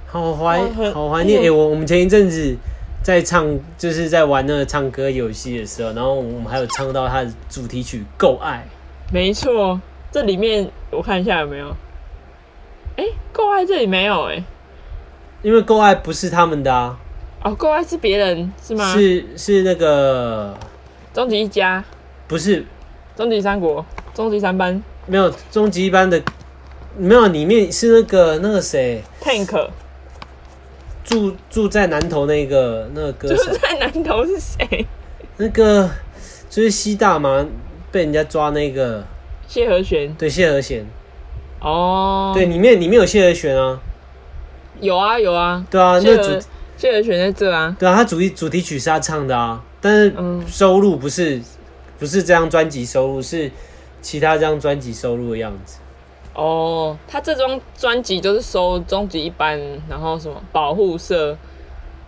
[SPEAKER 1] 好怀
[SPEAKER 2] 哇很
[SPEAKER 1] 好怀念
[SPEAKER 2] 哎
[SPEAKER 1] 哎、
[SPEAKER 2] 呦
[SPEAKER 1] 我我们前一阵子在唱，就是在玩那个唱歌游戏的时候，然后我们还有唱到他的主题曲《够爱
[SPEAKER 2] 没错，这里面我看一下有没有。哎、够爱这里没有哎、》，
[SPEAKER 1] 因为《够爱》不是他们的啊，
[SPEAKER 2] 哦，够爱是别人是吗？
[SPEAKER 1] 是是那个
[SPEAKER 2] 终极一家、
[SPEAKER 1] 不是
[SPEAKER 2] 终极三国、终极三班、
[SPEAKER 1] 没有终极一班的，没有里面是那个那个谁
[SPEAKER 2] Tank，
[SPEAKER 1] 住住在南投那个那个歌
[SPEAKER 2] 就
[SPEAKER 1] 手
[SPEAKER 2] 是，在南头是谁？
[SPEAKER 1] 那个就是吸大麻被人家抓那个，
[SPEAKER 2] 谢和弦
[SPEAKER 1] 对谢和弦，
[SPEAKER 2] 哦，
[SPEAKER 1] 对，里面里面有谢和弦啊，
[SPEAKER 2] 有啊有啊，
[SPEAKER 1] 对啊，
[SPEAKER 2] 谢
[SPEAKER 1] 那主
[SPEAKER 2] 和谢和弦在这啊，
[SPEAKER 1] 对啊，他主题主题曲是他唱的啊，但是
[SPEAKER 2] 嗯
[SPEAKER 1] 收入不是不是这张专辑收入，是其他张专辑收入的样子。
[SPEAKER 2] 哦，他这张专辑就是收终极一班，然后什么保护色，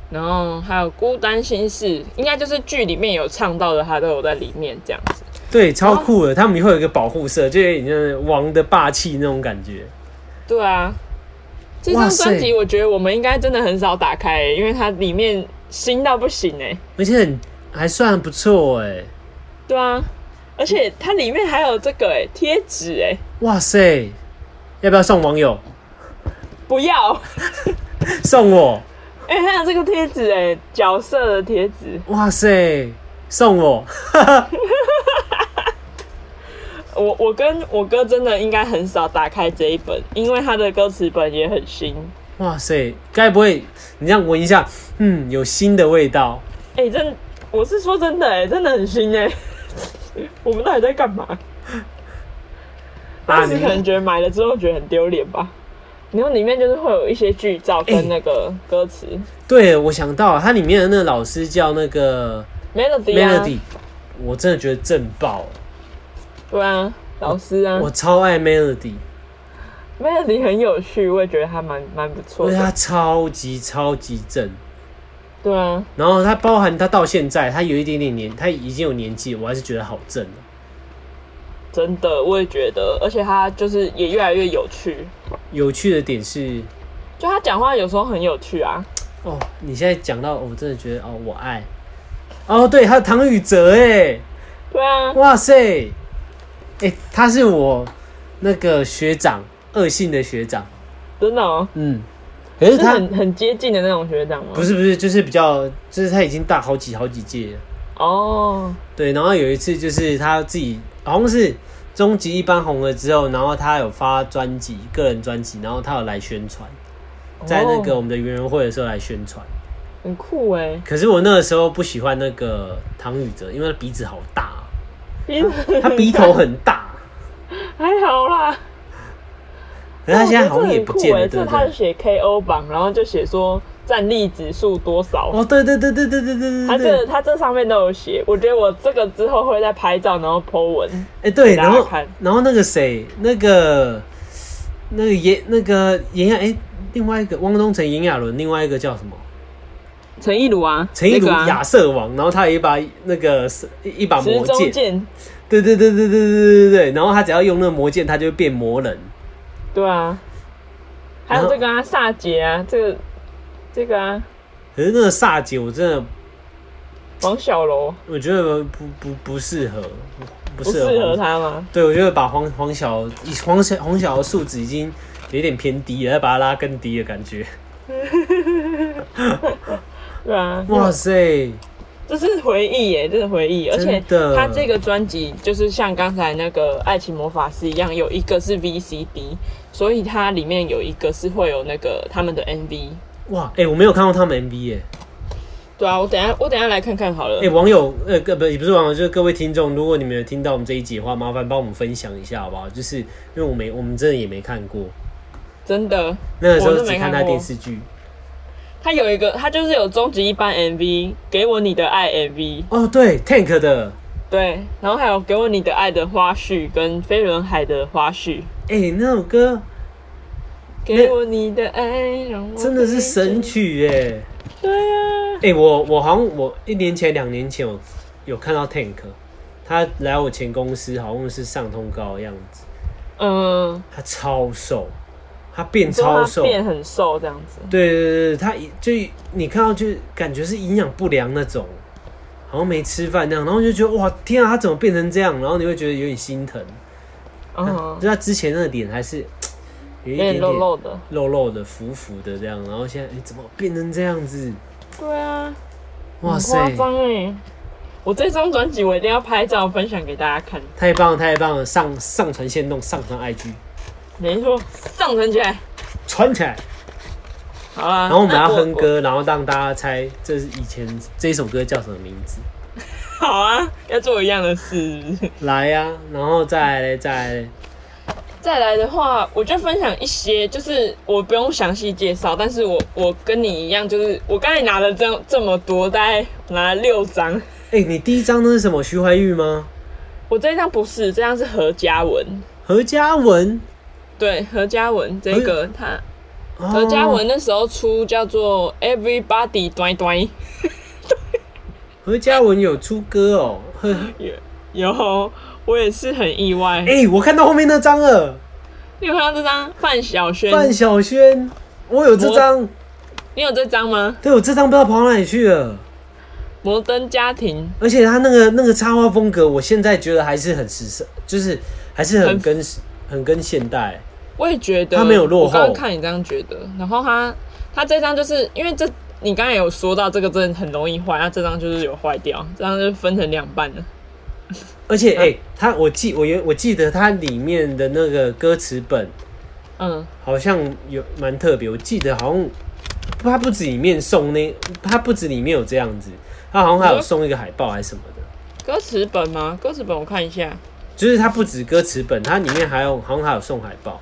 [SPEAKER 2] 然后还有孤单心事，应该就是剧里面有唱到的，他都有在里面这样子。
[SPEAKER 1] 对，超酷的，他们会有一个保护色，就有点像王的霸气那种感觉。
[SPEAKER 2] 对啊，这张
[SPEAKER 1] 哇塞
[SPEAKER 2] 专辑我觉得我们应该真的很少打开、因为它里面新到不行哎、
[SPEAKER 1] 而且很还算不错哎、
[SPEAKER 2] 对啊，而且它里面还有这个哎、贴纸哎，
[SPEAKER 1] 哇塞！要不要送网友？
[SPEAKER 2] 不要
[SPEAKER 1] 送我！
[SPEAKER 2] 欸哎、还有这个贴纸哎，角色的贴纸，
[SPEAKER 1] 哇塞，送我，
[SPEAKER 2] 我我跟我哥真的应该很少打开这一本，因为他的歌词本也很新。
[SPEAKER 1] 哇塞，该不会你这样闻一下，嗯，有新的味道。
[SPEAKER 2] 哎、真我是说真的、哎，真的很新哎、 我们到底在干嘛？
[SPEAKER 1] 啊
[SPEAKER 2] 当时
[SPEAKER 1] 你
[SPEAKER 2] 可能觉得买了之后觉得很丢脸吧。然后里面就是会有一些剧照
[SPEAKER 1] 哎
[SPEAKER 2] 跟那个歌词、
[SPEAKER 1] 对，我想到了它里面的那个老师叫那个
[SPEAKER 2] melody 啊
[SPEAKER 1] Melody，、我真的觉得震爆，
[SPEAKER 2] 对啊，老师啊
[SPEAKER 1] 我超爱 Melody，
[SPEAKER 2] ，melody 很有趣，我也觉得他蛮蛮不
[SPEAKER 1] 因
[SPEAKER 2] 错
[SPEAKER 1] 为她
[SPEAKER 2] 的。
[SPEAKER 1] 超级超级正。
[SPEAKER 2] 对啊，
[SPEAKER 1] 然后她包含她到现在，她有一点点年，她已经有年纪了，我还是觉得好正哦
[SPEAKER 2] 真的，我也觉得，而且他就是也越来越有趣，
[SPEAKER 1] 有趣的点是，
[SPEAKER 2] 就他讲话有时候很有趣啊。
[SPEAKER 1] 哦，你现在讲到，我真的觉得哦，我爱。哦，对，还有唐禹哲，哎，
[SPEAKER 2] 对啊，
[SPEAKER 1] 哇塞，哎、他是我那个学长，恶性的学长，
[SPEAKER 2] 真的哦，
[SPEAKER 1] 嗯，可是
[SPEAKER 2] 是
[SPEAKER 1] 他
[SPEAKER 2] 很很接近的那种学长吗？
[SPEAKER 1] 不是不是，就是比较，就是他已经大好几好几届了。
[SPEAKER 2] 哦，
[SPEAKER 1] 对，然后有一次就是他自己好像是终极一班红了之后，然后他有发专辑，个人专辑，然后他有来宣传，在那个
[SPEAKER 2] 哦
[SPEAKER 1] 我们的圆圆会的时候来宣传。
[SPEAKER 2] 很酷哎，
[SPEAKER 1] 可是我那个时候不喜欢那个唐禹哲，因为他鼻子好大啊、
[SPEAKER 2] 鼻
[SPEAKER 1] 他鼻头很大，啊
[SPEAKER 2] 还好啦。
[SPEAKER 1] 可是他现在好像也不见了，
[SPEAKER 2] 这
[SPEAKER 1] 对
[SPEAKER 2] 很
[SPEAKER 1] 不
[SPEAKER 2] 酷欸这他
[SPEAKER 1] 对？
[SPEAKER 2] 写 KO 榜，然后就写说战力指数多少。
[SPEAKER 1] 哦，对对对对对对对
[SPEAKER 2] 他
[SPEAKER 1] 对
[SPEAKER 2] 这
[SPEAKER 1] 对，
[SPEAKER 2] 他这上面都有写，我觉得我这个之后会再拍照，然后 po 文。
[SPEAKER 1] 哎对，
[SPEAKER 2] 给大家
[SPEAKER 1] 然后
[SPEAKER 2] 看
[SPEAKER 1] 然后那个谁，那个那个炎那个炎亚哎，另外一个汪东城、炎亚纶，另外一个叫什么？
[SPEAKER 2] 陈意儒啊，
[SPEAKER 1] 陈意如
[SPEAKER 2] 那个啊
[SPEAKER 1] 亚瑟王，然后他有一把那个一一把
[SPEAKER 2] 时
[SPEAKER 1] 魔
[SPEAKER 2] 钟
[SPEAKER 1] 剑，
[SPEAKER 2] 剑，
[SPEAKER 1] 对对对对对对对对对，然后他只要用那个魔剑，他就会变魔人。
[SPEAKER 2] 对啊，还
[SPEAKER 1] 然
[SPEAKER 2] 有
[SPEAKER 1] 后
[SPEAKER 2] 这个啊，萨杰啊，这个这个啊，
[SPEAKER 1] 可是那个萨姐，我真的
[SPEAKER 2] 王小楼
[SPEAKER 1] 我觉得不不不适合，不
[SPEAKER 2] 不
[SPEAKER 1] 适
[SPEAKER 2] 适合
[SPEAKER 1] 合黄。
[SPEAKER 2] 他吗？
[SPEAKER 1] 对，我觉得把黄黄小黄小黄小的素质已经有点偏低了，要把它拉更低的感觉。
[SPEAKER 2] 对啊，
[SPEAKER 1] 哇塞，
[SPEAKER 2] 这是回忆耶，这是回忆，而且
[SPEAKER 1] 真的
[SPEAKER 2] 他这个专辑就是像刚才那个《爱情魔法师》一样，有一个是 VCD，所以它里面有一个是会有那个他们的 MV。
[SPEAKER 1] 哇，哎、我没有看过他们 MV 耶、
[SPEAKER 2] 对啊，我等一下我等一下来看看好了。
[SPEAKER 1] 哎、网友，呃，个不也不是网友，就是各位听众，如果你们有听到我们这一集的话，麻烦帮我们分享一下好不好？就是因为我没，我们真的也没看过，
[SPEAKER 2] 真的，
[SPEAKER 1] 那个时候
[SPEAKER 2] 我是
[SPEAKER 1] 只
[SPEAKER 2] 没
[SPEAKER 1] 看他
[SPEAKER 2] 看过
[SPEAKER 1] 电视剧。
[SPEAKER 2] 它有一个，它就是有终极一班 MV，给我你的爱 MV，
[SPEAKER 1] 哦，对，Tank 的，
[SPEAKER 2] 对，然后还有给我你的爱的花絮跟飞轮海的花絮。
[SPEAKER 1] 哎、那首歌
[SPEAKER 2] 给我你的爱，让我
[SPEAKER 1] 真的是神。曲哎、
[SPEAKER 2] 对啊，
[SPEAKER 1] 哎、我我好像我一年前、两年前我有看到 Tank，他来我前公司好像是上通告的样子，
[SPEAKER 2] 嗯，
[SPEAKER 1] 他超瘦，他变
[SPEAKER 2] 就
[SPEAKER 1] 超
[SPEAKER 2] 他
[SPEAKER 1] 瘦，
[SPEAKER 2] 变很瘦这样子。
[SPEAKER 1] 对对对对，他一就你看到就感觉是营养不良那种，好像没吃饭那样，然后就觉得哇天啊，他怎么变成这样？然后你会觉得有点心疼，
[SPEAKER 2] 嗯，
[SPEAKER 1] 就他之前那个脸还是有一
[SPEAKER 2] 有
[SPEAKER 1] 点点
[SPEAKER 2] 点肉肉的。
[SPEAKER 1] 肉肉的、浮浮的这样，然后现在哎、怎么变成这样子？
[SPEAKER 2] 对啊，
[SPEAKER 1] 哇
[SPEAKER 2] 很
[SPEAKER 1] 塞
[SPEAKER 2] 夸，张哎！我这张专辑我一定要拍照分享给大家看。
[SPEAKER 1] 太棒了太棒了！上上传先动，上传 IG，
[SPEAKER 2] 没错，上传起来。
[SPEAKER 1] 传起来。
[SPEAKER 2] 好啊啦，
[SPEAKER 1] 然后我们要
[SPEAKER 2] 那
[SPEAKER 1] 哼。歌，然后让大家猜这是以前这首歌叫什么名字。
[SPEAKER 2] 我好啊，要做一样的事。
[SPEAKER 1] 来呀、然后再来嘞，再来嘞。
[SPEAKER 2] 再来的话，我就分享一些，就是我不用详细介绍，但是我我跟你一样，就是我刚才拿了这这么多，大概拿了六张。
[SPEAKER 1] 哎、你第一张那是什么？徐怀钰吗？
[SPEAKER 2] 我这一张不是，这张是何嘉文。
[SPEAKER 1] 何嘉文，
[SPEAKER 2] 对，何嘉文这个他
[SPEAKER 1] 哦
[SPEAKER 2] 何嘉文，那时候出叫做 Everybody 端端
[SPEAKER 1] 何嘉文有出歌哦。 呵
[SPEAKER 2] 有，我也是很意外。
[SPEAKER 1] 哎、我看到后面那张了，
[SPEAKER 2] 你有看到这张范晓萱？
[SPEAKER 1] 范晓萱，我有这张，
[SPEAKER 2] 你有这张吗？
[SPEAKER 1] 对我这张不知道跑哪里去了。
[SPEAKER 2] 摩登家庭
[SPEAKER 1] 而且他那个那个插画风格，我现在觉得还是很时尚，就是还是很
[SPEAKER 2] 很
[SPEAKER 1] 跟很跟现代。
[SPEAKER 2] 我也觉得
[SPEAKER 1] 他没有落后
[SPEAKER 2] 我刚刚看你这样觉得，然后他他这张就是因为这你刚才有说到这个真的很容易坏，那这张就是有坏掉，这张就分成两半了。
[SPEAKER 1] 而
[SPEAKER 2] 嗯
[SPEAKER 1] 且哎、他我记我有我记得它里面的那个歌词本
[SPEAKER 2] 嗯，
[SPEAKER 1] 好像有蛮特别，我记得好像它不止里面送那，它不止里面有这样子，它好像
[SPEAKER 2] 嗯
[SPEAKER 1] 还有送一个海报还是什么的。
[SPEAKER 2] 歌词本吗？歌词本我看一下，
[SPEAKER 1] 就是它不止歌词本，它里面还有好像还有送海报。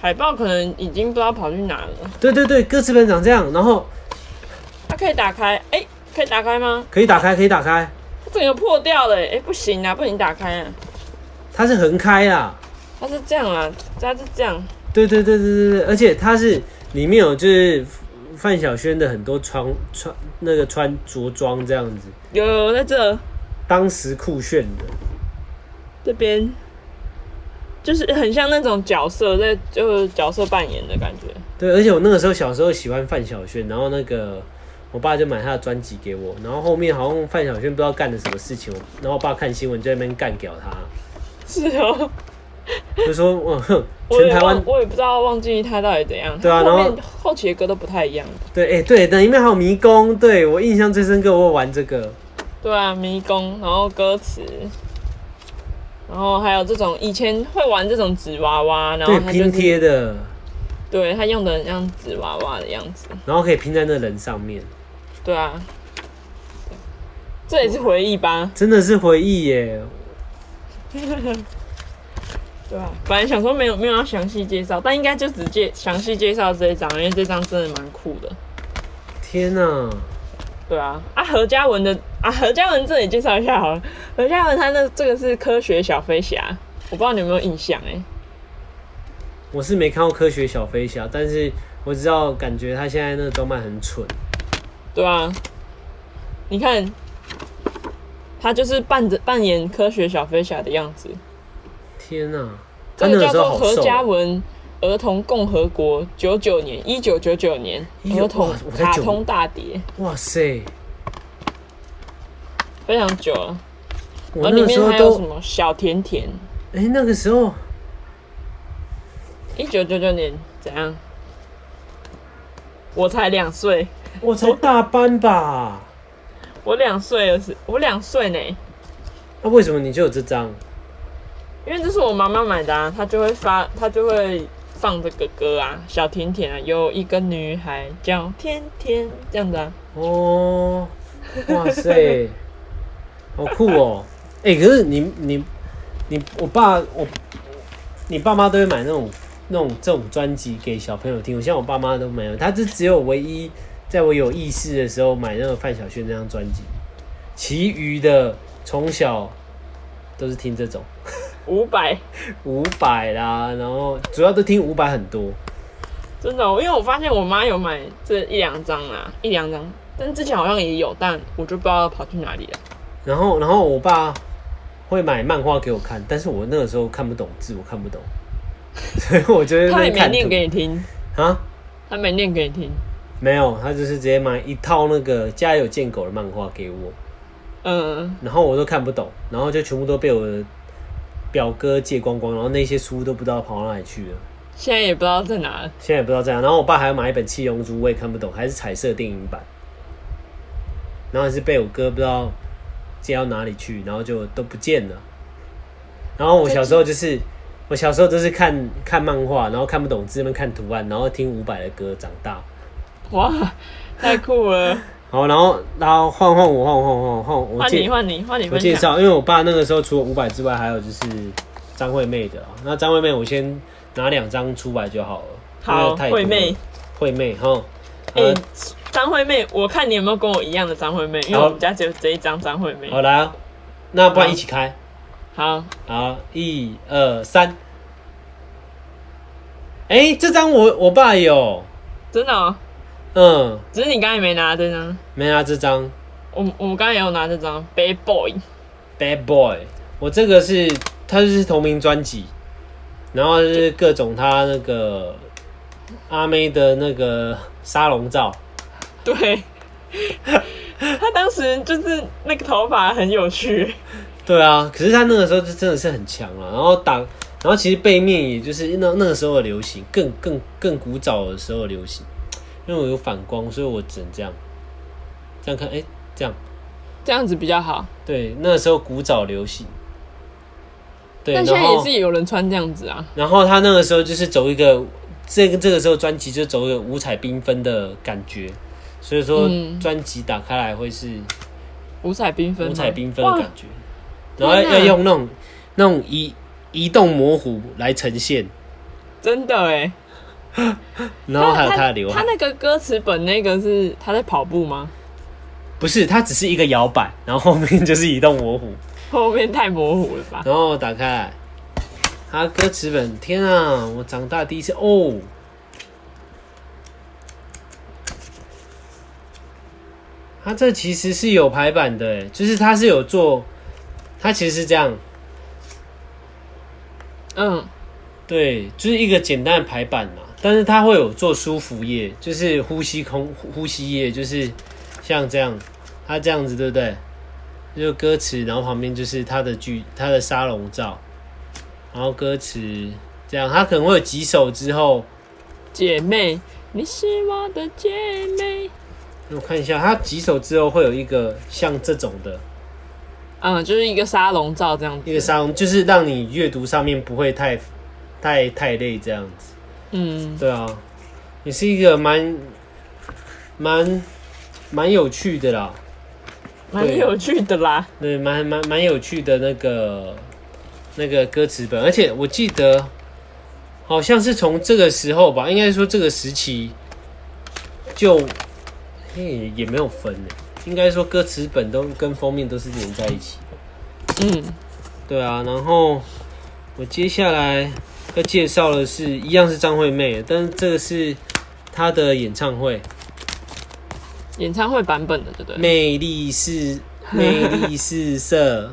[SPEAKER 2] 海报可能已经不知道跑去哪了。
[SPEAKER 1] 对对对，歌词本长这样，然后
[SPEAKER 2] 它可以打开，哎、可以打开吗？
[SPEAKER 1] 可以打开，可以打开，
[SPEAKER 2] 它整个破掉了、哎、不行啊，不能打开啊。
[SPEAKER 1] 它是横开啦。
[SPEAKER 2] 它是这样啊，它是这样，
[SPEAKER 1] 对对对对对对，而且它是里面有就是范晓萱的很多穿穿那个穿着装这样子，
[SPEAKER 2] 有有有在这
[SPEAKER 1] 当时酷炫的。
[SPEAKER 2] 这边，就是很像那种角色在就是角色扮演的感觉。
[SPEAKER 1] 对，而且我那个时候小时候喜欢范晓萱，然后那个我爸就买她的专辑给我，然后后面好像范晓萱不知道干了什么事情，我然后我爸看新闻就在那边干掉她，
[SPEAKER 2] 是哦，
[SPEAKER 1] 就说哇哼，
[SPEAKER 2] 我
[SPEAKER 1] 全
[SPEAKER 2] 也
[SPEAKER 1] 台湾
[SPEAKER 2] 忘我也不知道忘记它到底怎样。
[SPEAKER 1] 对啊
[SPEAKER 2] 后
[SPEAKER 1] 然
[SPEAKER 2] 面
[SPEAKER 1] 后
[SPEAKER 2] 后期的歌都不太一样。
[SPEAKER 1] 对，哎、对，那里面还有迷宫，对我印象最深刻，我有玩这个，
[SPEAKER 2] 对啊，迷宫，然后歌词，然后还有这种以前会玩这种纸娃娃，然后
[SPEAKER 1] 对，
[SPEAKER 2] 它
[SPEAKER 1] 拼
[SPEAKER 2] 就是
[SPEAKER 1] 贴的，
[SPEAKER 2] 对它用的很像纸娃娃的样子。
[SPEAKER 1] 然后可以拼在那人上面，
[SPEAKER 2] 对啊，这也是回忆吧？
[SPEAKER 1] 真的是回忆耶。
[SPEAKER 2] 对啊，本来想说没有没有要详细介绍，但应该就只介详细介绍这一张，因为这张真的蛮酷的。
[SPEAKER 1] 天呐、
[SPEAKER 2] 对啊，啊何嘉文的啊何嘉文这里介绍一下好了，何嘉文他那这个是科学小飞侠，我不知道你有没有印象哎、
[SPEAKER 1] 我是没看过《科学小飞侠》，但是我知道，感觉他现在那个装扮很蠢。
[SPEAKER 2] 对啊，你看，他就是扮着扮演科学小飞侠的样子。
[SPEAKER 1] 天呐、他
[SPEAKER 2] 这
[SPEAKER 1] 那
[SPEAKER 2] 个叫
[SPEAKER 1] 时候
[SPEAKER 2] 做
[SPEAKER 1] 好
[SPEAKER 2] 何
[SPEAKER 1] 瘦
[SPEAKER 2] 嘉
[SPEAKER 1] 哦。
[SPEAKER 2] 文儿童共和国九九年，一九九九年
[SPEAKER 1] 19
[SPEAKER 2] 儿童
[SPEAKER 1] 哇我在
[SPEAKER 2] 卡
[SPEAKER 1] 九
[SPEAKER 2] 通大碟，
[SPEAKER 1] 哇塞，
[SPEAKER 2] 非常久了。
[SPEAKER 1] 我
[SPEAKER 2] 而
[SPEAKER 1] 那
[SPEAKER 2] 里
[SPEAKER 1] 个时
[SPEAKER 2] 面
[SPEAKER 1] 候
[SPEAKER 2] 还有什
[SPEAKER 1] 都
[SPEAKER 2] 么小甜甜，
[SPEAKER 1] 哎、那个时候
[SPEAKER 2] 一九九九年怎样？我才两岁，
[SPEAKER 1] 我才大班吧？
[SPEAKER 2] 我两岁了是，我两岁呢。
[SPEAKER 1] 那、啊为什么你就有这张？
[SPEAKER 2] 因为这是我妈妈买的、啊，她就会发，她就会放这个歌啊，小甜甜啊，有一个女孩叫甜甜这样子啊，
[SPEAKER 1] 哦，哇塞， 好酷哦！哎、可是你你你，我爸我你爸妈都会买那种那种这种专辑给小朋友听。我像我爸妈都没有，他是只有唯一在我有意识的时候买那个范晓萱那张专辑，其余的从小都是听这种
[SPEAKER 2] 五百，
[SPEAKER 1] 伍佰啦，然后主要都听伍佰很多。
[SPEAKER 2] 真的哦、因为我发现我妈有买这一两张啊，一两张，但之前好像也有，但我就不知道跑去哪里了。
[SPEAKER 1] 然后然后我爸会买漫画给我看，但是我那个时候看不懂字，我看不懂， 所以我就会
[SPEAKER 2] 她也没
[SPEAKER 1] 看
[SPEAKER 2] 念
[SPEAKER 1] 图
[SPEAKER 2] 给你听，
[SPEAKER 1] 啊，
[SPEAKER 2] 她没念给你听，
[SPEAKER 1] 没有，他就是直接买一套那个《家有贱狗》的漫画给我，
[SPEAKER 2] 嗯，
[SPEAKER 1] 然后我都看不懂，然后就全部都被我的表哥借光光，然后那些书都不知道跑到哪里去了。
[SPEAKER 2] 现在也不知道在哪了。
[SPEAKER 1] 现在也不知道这样，然后我爸还要买一本《七龙珠》，我也看不懂，还是彩色电影版，然后还是被我哥不知道借到哪里去，然后就都不见了。然后我小时候就是，我小时候都是看看漫画，然后看不懂字，那边看图案，然后听伍佰的歌长大。
[SPEAKER 2] 哇，太酷了！
[SPEAKER 1] 好，然后然后换换我换我换我换我我
[SPEAKER 2] 换你
[SPEAKER 1] 介
[SPEAKER 2] 换你换你
[SPEAKER 1] 我
[SPEAKER 2] 分
[SPEAKER 1] 介
[SPEAKER 2] 享，
[SPEAKER 1] 绍，因为我爸那个时候除了伍佰之外，还有就是张惠妹的啊。那张惠妹我先拿两张出来就好了。因
[SPEAKER 2] 好
[SPEAKER 1] 为太多
[SPEAKER 2] 惠
[SPEAKER 1] 了
[SPEAKER 2] 妹，
[SPEAKER 1] 惠妹哈。
[SPEAKER 2] 哎、
[SPEAKER 1] 呃
[SPEAKER 2] 张惠妹，我看你有没有跟我一样的张惠妹，因为
[SPEAKER 1] 好
[SPEAKER 2] 我们家只有这一张张惠妹。
[SPEAKER 1] 好来啊，那不然一起开。
[SPEAKER 2] 好，
[SPEAKER 1] 好，一二三。哎、这张我我爸有，
[SPEAKER 2] 真的哦，
[SPEAKER 1] 嗯，
[SPEAKER 2] 只是你刚才没拿这张，
[SPEAKER 1] 没拿这张
[SPEAKER 2] 我我们刚才也有拿这张《Bad Boy》，
[SPEAKER 1] Bad Boy。我这个是他就是同名专辑，然后就是各种他那个阿妹的那个沙龙照，
[SPEAKER 2] 对， 他当时就是那个头发很有趣，
[SPEAKER 1] 对啊，可是他那个时候就真的是很强了，然后打，然后其实背面也就是那那个时候的流行，更更更古早的时候的流行，因为我有反光，所以我只能这样，这样看，哎、这样，
[SPEAKER 2] 这样子比较好。
[SPEAKER 1] 对，那时候古早流行，对，
[SPEAKER 2] 但
[SPEAKER 1] 然
[SPEAKER 2] 现在也
[SPEAKER 1] 后
[SPEAKER 2] 是有人穿这样子啊，
[SPEAKER 1] 然后他那个时候就是走一个，这个这个时候专辑就走一个五彩缤纷的感觉，所以说
[SPEAKER 2] 嗯
[SPEAKER 1] 专辑打开来会是
[SPEAKER 2] 五彩缤纷吗，啊
[SPEAKER 1] 五彩缤纷的
[SPEAKER 2] 哇
[SPEAKER 1] 感觉，然后要
[SPEAKER 2] 天哪
[SPEAKER 1] 要用那种那种移移动模糊来呈现，
[SPEAKER 2] 真的哎。
[SPEAKER 1] 然后还有他的刘
[SPEAKER 2] 他
[SPEAKER 1] 海，
[SPEAKER 2] 那个歌词本那个是他在跑步吗？
[SPEAKER 1] 不是，它只是一个摇摆，然后后面就是移动模糊，
[SPEAKER 2] 后面太模糊了吧？
[SPEAKER 1] 然后打开来，他歌词本，天啊，我长大第一次哦。他这其实是有排版的，欸就是他是有做，他其实是这样，
[SPEAKER 2] 嗯，
[SPEAKER 1] 对，就是一个简单的排版嘛，但是它会有做舒服液，就是呼吸空呼吸液，就是像这样，它这样子对不对？就是歌词，然后旁边就是它的剧，它的沙龙照，然后歌词这样，它可能会有几首之后，
[SPEAKER 2] 姐妹，你是我的姐妹。
[SPEAKER 1] 我看一下，它几首之后会有一个像这种的
[SPEAKER 2] 嗯，就是一个沙龙照这样子。
[SPEAKER 1] 一个沙龙，就是让你阅读上面不会太太太累这样子。
[SPEAKER 2] 嗯，
[SPEAKER 1] 对啊，也是一个蛮蛮蛮有趣的啦，
[SPEAKER 2] 蛮有趣的啦。
[SPEAKER 1] 对，蛮蛮蛮有趣的那个那个歌词本，而且我记得好像是从这个时候吧，应该说这个时期就嘿也没有分呢，应该说歌词本都跟封面都是连在一起。
[SPEAKER 2] 嗯，
[SPEAKER 1] 对啊，然后我接下来要介绍的是一样是张惠妹，但是这个是她的演唱会。
[SPEAKER 2] 演唱会版本的，对不对？
[SPEAKER 1] 魅力是魅力四射，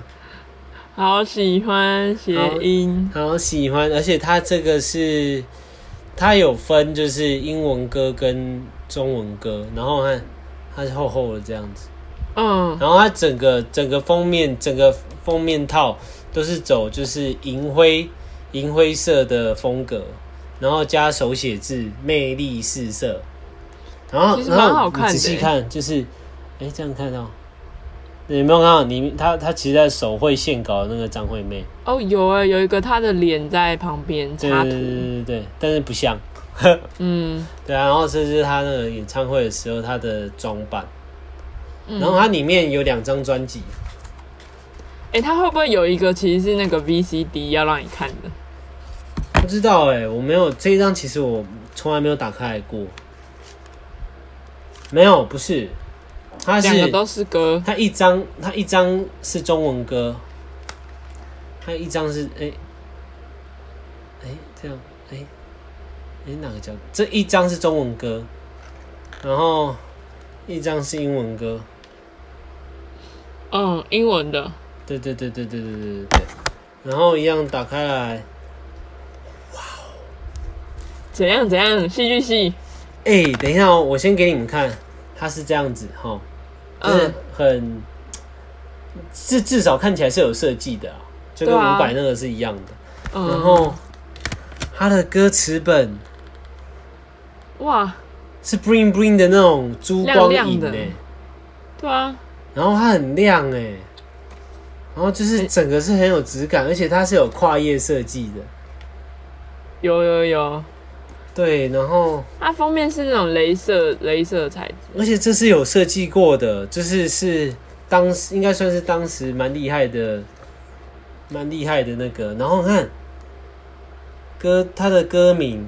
[SPEAKER 2] 好喜欢谐音。
[SPEAKER 1] 好喜欢，而且它这个是它有分就是英文歌跟中文歌，然后看它是厚厚的这样子，
[SPEAKER 2] 嗯，
[SPEAKER 1] 然后它整个整个封面整个封面套都是走就是银灰银灰色的风格，然后加手写字魅力四射，然后
[SPEAKER 2] 其实蛮
[SPEAKER 1] 然后
[SPEAKER 2] 好
[SPEAKER 1] 你
[SPEAKER 2] 看的
[SPEAKER 1] 仔细
[SPEAKER 2] 欸
[SPEAKER 1] 看就是，哎、这样看到。你有没有看到你他他其实在手绘线稿的那个张惠妹，
[SPEAKER 2] 哦，有啊，有一个他的脸在旁边
[SPEAKER 1] 对
[SPEAKER 2] 插
[SPEAKER 1] 对对
[SPEAKER 2] 图。
[SPEAKER 1] 对对，但是不像，
[SPEAKER 2] 嗯
[SPEAKER 1] 对啊，然后这是他那个演唱会的时候他的装扮，
[SPEAKER 2] 嗯。
[SPEAKER 1] 然后它里面有两张专辑，
[SPEAKER 2] 哎、他会不会有一个其实是那个 VCD 要让你看的？
[SPEAKER 1] 不知道哎、我没有这一张，其实我从来没有打开来过，没有，不是，它
[SPEAKER 2] 两个
[SPEAKER 1] 是
[SPEAKER 2] 都是歌。
[SPEAKER 1] 它一张它一张是中文歌，它一张是哎哎、这样哎哎、哪个叫这一张是中文歌，然后一张是英文歌。
[SPEAKER 2] 嗯，英文的。
[SPEAKER 1] 对对对对对对对对对。然后一样打开来，
[SPEAKER 2] 怎样怎样？戏剧系。
[SPEAKER 1] 哎、等一下哦，我先给你们看，它是这样子哈，就是
[SPEAKER 2] 嗯
[SPEAKER 1] 很，至、至少看起来是有设计的啊，就跟
[SPEAKER 2] 对啊
[SPEAKER 1] 五百那个是一样的。
[SPEAKER 2] 嗯。
[SPEAKER 1] 然后它的歌词本
[SPEAKER 2] 哇，
[SPEAKER 1] 是 bling bling 的那种珠光
[SPEAKER 2] 亮
[SPEAKER 1] 影
[SPEAKER 2] 亮
[SPEAKER 1] 哎、
[SPEAKER 2] 的对啊，
[SPEAKER 1] 然后它很亮哎、然后
[SPEAKER 2] 哎
[SPEAKER 1] 就是整个是很有质感，而且它是有跨页设计的，
[SPEAKER 2] 有有有。
[SPEAKER 1] 对，然后。
[SPEAKER 2] 它封面是那种镭射镭射材质。
[SPEAKER 1] 而且这是有设计过的，就是是当时应该算是当时蛮厉害的，蛮厉害的那个。然后看歌，他的歌名，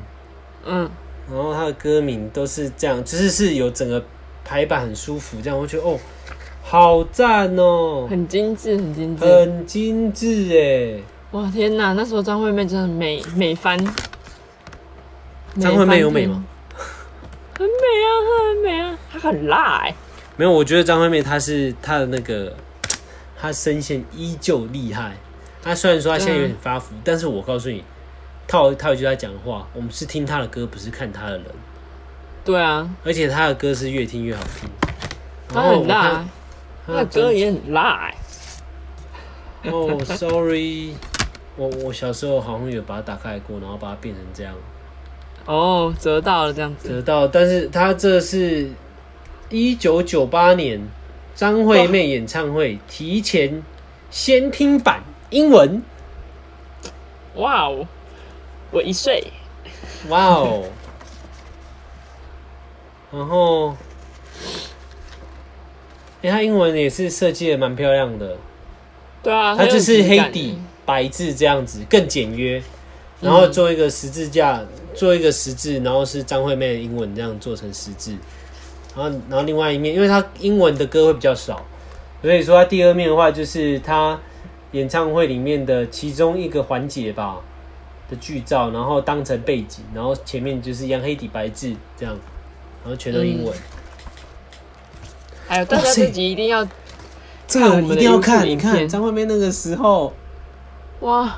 [SPEAKER 2] 嗯。
[SPEAKER 1] 然后他的歌名都是这样，就是是有整个排版很舒服，这样我觉得哦，好赞哦，
[SPEAKER 2] 很精致，很精致。
[SPEAKER 1] 很精致哎。
[SPEAKER 2] 哇，天哪！那时候张惠妹真的美美翻。
[SPEAKER 1] 张惠妹有美吗？
[SPEAKER 2] 很美啊，她很美啊，她很辣哎、
[SPEAKER 1] 没有，我觉得张惠妹她是她的那个，她声线依旧厉害。她虽然说她现在有点发
[SPEAKER 2] 嗯
[SPEAKER 1] 福，但是我告诉你，套套一句她讲的话，我们是听她的歌，不是看她的人。
[SPEAKER 2] 对啊，
[SPEAKER 1] 而且她的歌是越听越好听，
[SPEAKER 2] 她很
[SPEAKER 1] 哦
[SPEAKER 2] 辣、欸，
[SPEAKER 1] 她
[SPEAKER 2] 她的歌也很辣哎、
[SPEAKER 1] 哦，sorry，我我小时候好像有把它打开过，然后把它变成这样。
[SPEAKER 2] 哦，折到了这样子。
[SPEAKER 1] 得到，但是他这是一九九八年张惠妹演唱会提前先听版英文，
[SPEAKER 2] 哇哦，我一岁。
[SPEAKER 1] 哇哦！然后，哎、他英文也是设计的蛮漂亮的，
[SPEAKER 2] 对啊，
[SPEAKER 1] 它
[SPEAKER 2] 很有
[SPEAKER 1] 就是
[SPEAKER 2] 质
[SPEAKER 1] 黑
[SPEAKER 2] 感
[SPEAKER 1] 底白字这样子，更简约。然后做一个十字架，做一个十字，然后是张惠妹的英文这样做成十字。然后，然后另外一面，因为她英文的歌会比较少，所以说她第二面的话就是她演唱会里面的其中一个环节吧的剧照，然后当成背景，然后前面就是一样黑底白字这样，然后全都英文。
[SPEAKER 2] 哎呦，大
[SPEAKER 1] 哇
[SPEAKER 2] 家
[SPEAKER 1] 塞
[SPEAKER 2] 自己一定要
[SPEAKER 1] 这
[SPEAKER 2] 个你一定要看
[SPEAKER 1] 你
[SPEAKER 2] 你
[SPEAKER 1] 看
[SPEAKER 2] 看
[SPEAKER 1] 张惠妹那个时候。
[SPEAKER 2] 哇，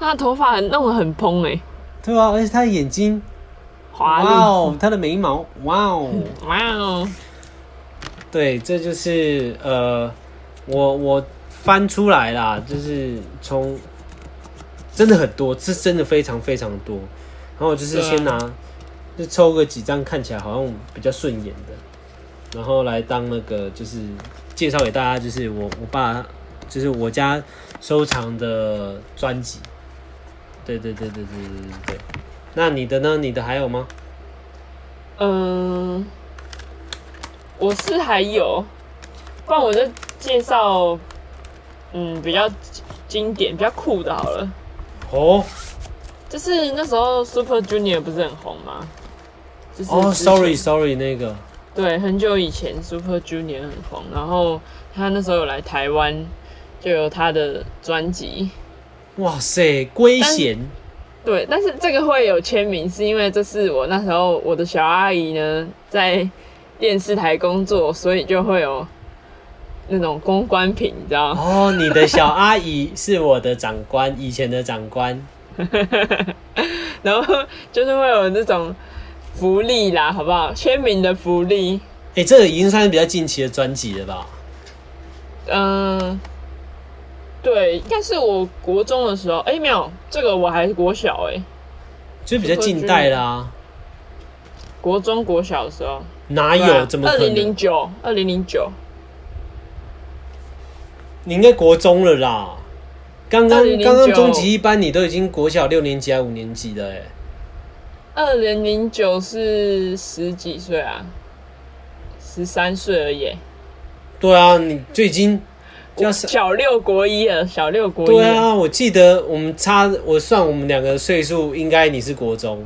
[SPEAKER 2] 他的头发很弄得很蓬哎、
[SPEAKER 1] 对啊，而且她的眼睛，
[SPEAKER 2] 华丽
[SPEAKER 1] 哇哦，她的眉毛，哇哦，
[SPEAKER 2] 哇哦，
[SPEAKER 1] 对，这就是呃，我我翻出来啦，就是从真的很多，这真的非常非常多。然后我就是
[SPEAKER 2] 对啊
[SPEAKER 1] 先拿，就抽个几张看起来好像比较顺眼的，然后来当那个就是介绍给大家，就是我我爸就是我家收藏的专辑。对对对对对对对对。那你的呢？你的还有吗？
[SPEAKER 2] 嗯，我是还有，不然我就介绍，嗯，比较经典、比较酷的好了。
[SPEAKER 1] 哦
[SPEAKER 2] 就是那时候 Super Junior 不是很红吗？就是
[SPEAKER 1] 哦
[SPEAKER 2] 之前
[SPEAKER 1] ，sorry sorry，那个
[SPEAKER 2] 对，很久以前 Super Junior 很红，然后他那时候有来台湾，就有他的专辑。
[SPEAKER 1] 哇塞，龟
[SPEAKER 2] 但是
[SPEAKER 1] 贤。
[SPEAKER 2] 对，但是这个会有签名，是因为这是我那时候我的小阿姨呢在电视台工作，所以就会有那种公关品，你知道吗？
[SPEAKER 1] 哦，你的小阿姨是我的长官，以前的长官。
[SPEAKER 2] 然后就是会有那种福利啦，好不好？签名的福利，
[SPEAKER 1] 哎、这个已经算是比较近期的专辑了吧？
[SPEAKER 2] 嗯、对，应该是我国中的时候，哎、没有，这个我还国小哎、
[SPEAKER 1] 就比较近代啦。
[SPEAKER 2] 国中国小的时候，
[SPEAKER 1] 哪有？哎怎么
[SPEAKER 2] 啊二
[SPEAKER 1] 可
[SPEAKER 2] 零零
[SPEAKER 1] 能？
[SPEAKER 2] 九，二零零九，
[SPEAKER 1] 你应该国中了啦。刚刚
[SPEAKER 2] 2009
[SPEAKER 1] 刚刚中级一班，你都已经国小六年级还五年级了哎、
[SPEAKER 2] 二零零九是十几岁啊，十三岁而已，
[SPEAKER 1] 对啊，你就已经就要上。
[SPEAKER 2] 小六国一了，小六国一
[SPEAKER 1] 对
[SPEAKER 2] 了，
[SPEAKER 1] 啊，我记得我们差，我算我们两个岁数，应该你是国中，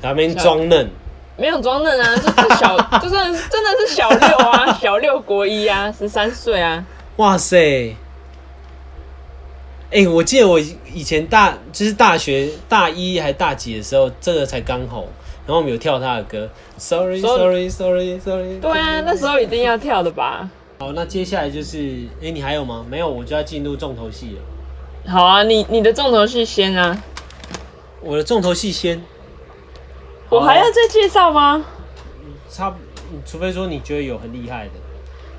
[SPEAKER 1] 然后那边装嫩。
[SPEAKER 2] 没有装嫩啊，就是 小，就算真的是小六啊， 小六国一啊，十三岁啊，
[SPEAKER 1] 哇塞！哎、我记得我以前大就是大学大一还大几的时候，这个才刚红，然后我们有跳他的歌，Sorry
[SPEAKER 2] So-
[SPEAKER 1] Sorry Sorry Sorry。
[SPEAKER 2] 对啊，那时候一定要跳的吧？
[SPEAKER 1] 好，那接下来就是，哎、你还有吗？没有，我就要进入重头戏了。
[SPEAKER 2] 好啊，你你的重头戏先啊，
[SPEAKER 1] 我的重头戏先，啊
[SPEAKER 2] 我还要再介绍吗？
[SPEAKER 1] 差不，除非说你觉得有很厉害的，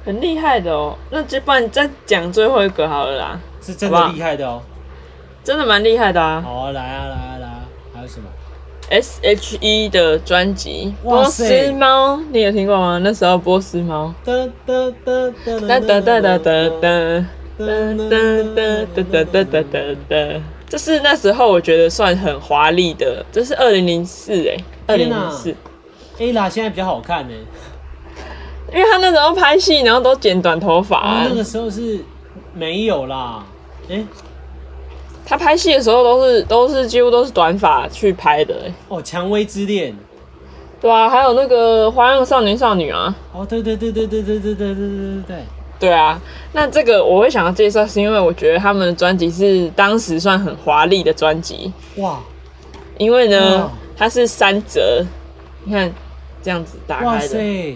[SPEAKER 2] 很厉害的哦，那就不然你再讲最后一个好了啦，
[SPEAKER 1] 是真
[SPEAKER 2] 好
[SPEAKER 1] 的
[SPEAKER 2] 不好
[SPEAKER 1] 厉害的哦。
[SPEAKER 2] 真的蛮厉害的啊
[SPEAKER 1] 好啊，来啊，来啊，来啊，还有什么？
[SPEAKER 2] ，S.H.E E 的专辑《
[SPEAKER 1] 哇
[SPEAKER 2] 波
[SPEAKER 1] 塞
[SPEAKER 2] 斯猫》，你有听过吗？那时候波斯猫。
[SPEAKER 1] 哒哒哒哒
[SPEAKER 2] 哒哒哒
[SPEAKER 1] 哒
[SPEAKER 2] 哒哒哒哒哒哒哒哒哒哒哒，这是那时候我觉得算很华丽的，这是二零零四哎，二零
[SPEAKER 1] 天
[SPEAKER 2] 零
[SPEAKER 1] 哪
[SPEAKER 2] 四，
[SPEAKER 1] A 啦，现在比较好看呢、
[SPEAKER 2] 因为他那时候拍戏，然后都剪短头发、
[SPEAKER 1] 啊，那个时候是没有啦。哎、
[SPEAKER 2] 他拍戏的时候都是都是几乎都是短发去拍的、欸，
[SPEAKER 1] 哦，《蔷薇之恋》
[SPEAKER 2] 对啊，还有那个《花样少年少女》啊，
[SPEAKER 1] 哦，对对对对对对对对对对对对，
[SPEAKER 2] 对啊，那这个我会想要介绍，是因为我觉得他们的专辑是当时算很华丽的专辑，
[SPEAKER 1] 哇
[SPEAKER 2] 因为呢
[SPEAKER 1] 哇，
[SPEAKER 2] 它是三折，你看这样子打
[SPEAKER 1] 哇
[SPEAKER 2] 开
[SPEAKER 1] 塞，
[SPEAKER 2] 的，
[SPEAKER 1] 哎、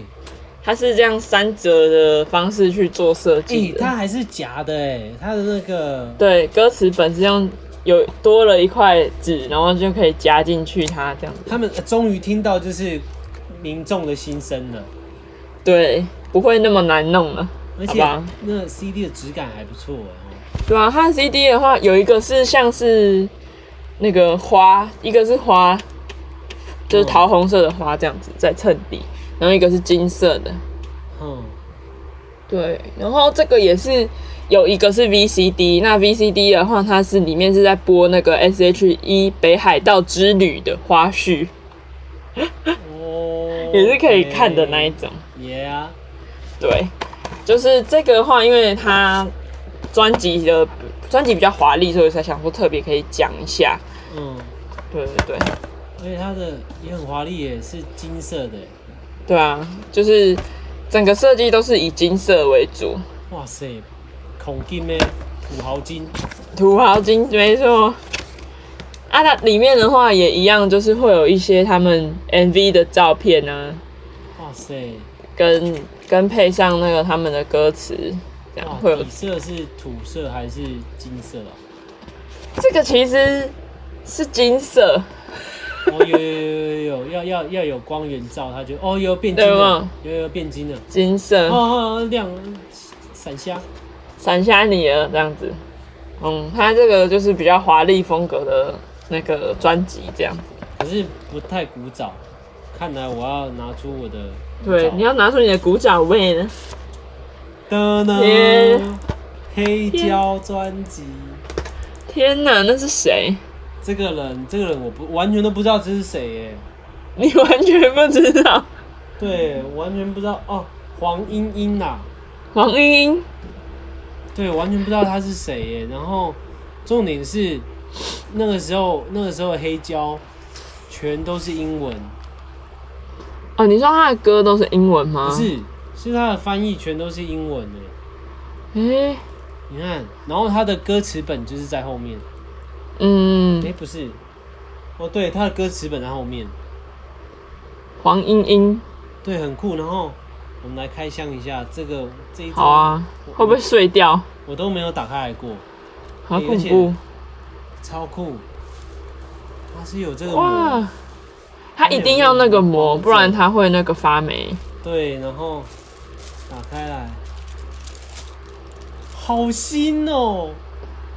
[SPEAKER 2] 它是这样三折的方式去做设计的。
[SPEAKER 1] 它还是夹的哎、它的那个
[SPEAKER 2] 对，歌词本是用有多了一块纸，然后就可以夹进去它这样子。
[SPEAKER 1] 他们呃终于听到就是民众的心声了，
[SPEAKER 2] 对，不会那么难弄啊了。
[SPEAKER 1] 而
[SPEAKER 2] 好
[SPEAKER 1] 且
[SPEAKER 2] 吧
[SPEAKER 1] 那 CD 的质感还不错哦。
[SPEAKER 2] 对啊，它的 CD 的话有一个是像是那个花，一个是花，就是桃红色的花这样子在衬底，然后一个是金色的，
[SPEAKER 1] 嗯，
[SPEAKER 2] 对，然后这个也是有一个是 VCD，那 VCD 的话，它是里面是在播那个 SHE 北海道之旅的花絮，
[SPEAKER 1] 哦，
[SPEAKER 2] 也是可以看的那一种。
[SPEAKER 1] 耶啊，
[SPEAKER 2] 对，就是这个的话，因为它专辑的专辑比较华丽，所以我才想说特别可以讲一下。
[SPEAKER 1] 嗯，
[SPEAKER 2] 对对对，
[SPEAKER 1] 而且它的也很华丽耶，是金色的耶，
[SPEAKER 2] 对啊，就是整个设计都是以金色为主，
[SPEAKER 1] 哇塞，孔金呢，土豪金，
[SPEAKER 2] 土豪金没错。啊，它里面的话也一样，就是会有一些他们 MV 的照片啊，
[SPEAKER 1] 哇塞，
[SPEAKER 2] 跟跟配上那个他们的歌词，这样
[SPEAKER 1] 哇，
[SPEAKER 2] 会有
[SPEAKER 1] 底色是土色还是金色啊？
[SPEAKER 2] 这个其实是金色，
[SPEAKER 1] 哦，有有有有有，要要要有光源照，它就哦，有变金
[SPEAKER 2] 对
[SPEAKER 1] 了
[SPEAKER 2] 吗，
[SPEAKER 1] 有有变金了，
[SPEAKER 2] 金色。
[SPEAKER 1] 哦哦亮闪瞎，
[SPEAKER 2] 闪瞎你了这样子。嗯，他这个就是比较华丽风格的那个专辑这样子。
[SPEAKER 1] 可是不太古早，看来我要拿出我的古早
[SPEAKER 2] 对，你要拿出你的鼓掌位呢。
[SPEAKER 1] 的呢
[SPEAKER 2] 耶，
[SPEAKER 1] 黑胶专辑。
[SPEAKER 2] 天哪，那是谁？
[SPEAKER 1] 这个人，这个人我不完全都不知道这是谁耶，
[SPEAKER 2] 你完全不知道。
[SPEAKER 1] 对，
[SPEAKER 2] 嗯
[SPEAKER 1] 完全不知道哦，黄莺莺啊呐，
[SPEAKER 2] 黄莺莺，
[SPEAKER 1] 对，完全不知道他是谁耶。然后重点是那个时候，那个时候的黑胶全都是英文，
[SPEAKER 2] 哦，你说他的歌都是英文吗？
[SPEAKER 1] 不，是，是他的翻译全都是英文耶。
[SPEAKER 2] 诶、
[SPEAKER 1] 你看，然后他的歌词本就是在后面，诶，
[SPEAKER 2] 嗯，
[SPEAKER 1] 不是，哦，对，他的歌词本在后面，
[SPEAKER 2] 黄莺莺，
[SPEAKER 1] 对，很酷。然后我们来开箱一下这个这一张，
[SPEAKER 2] 好啊，
[SPEAKER 1] 哦
[SPEAKER 2] 会不会碎掉？
[SPEAKER 1] 我都没有打开来过，
[SPEAKER 2] 好
[SPEAKER 1] 而
[SPEAKER 2] 恐
[SPEAKER 1] 且
[SPEAKER 2] 怖
[SPEAKER 1] 超酷。它是有这个膜
[SPEAKER 2] 哇，！他一定要那个膜，
[SPEAKER 1] 而且有那个
[SPEAKER 2] 不然他会那个发霉。
[SPEAKER 1] 对，然后打开来，好新哦、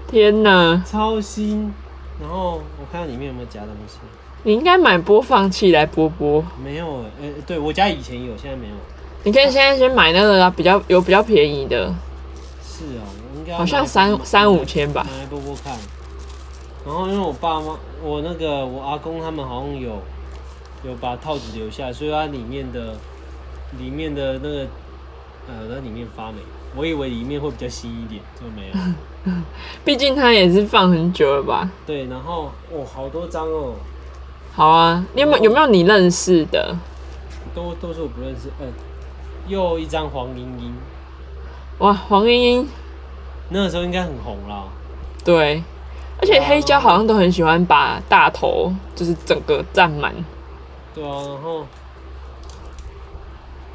[SPEAKER 2] 天哪，
[SPEAKER 1] 超新。然后我看看里面有没有夹东西，
[SPEAKER 2] 你应该买播放器来播播。
[SPEAKER 1] 没有诶、呃、对我家以前有，现在没有。
[SPEAKER 2] 你可以现在先买那个啊比较有比较便宜的，
[SPEAKER 1] 是哦、我应该要
[SPEAKER 2] 好像
[SPEAKER 1] 买
[SPEAKER 2] 三三五千吧
[SPEAKER 1] 拿。来播播看。然后因为我爸妈，我那个我阿公他们好像有有把套子留下来，所以它里面的里面的那个呃，那里面发霉。我以为里面会比较新一点，就没有。
[SPEAKER 2] 毕竟它也是放很久了吧。
[SPEAKER 1] 对，然后哦，好多张哦，
[SPEAKER 2] 好啊，你有没有有没有你认识的？
[SPEAKER 1] 都都是我不认识。嗯、又一张黄莺莺，
[SPEAKER 2] 哇，黄莺莺，
[SPEAKER 1] 那个时候应该很红啦。
[SPEAKER 2] 对，而且
[SPEAKER 1] 哇
[SPEAKER 2] 黑胶好像都很喜欢把大头就是整个占满。
[SPEAKER 1] 对啊，然后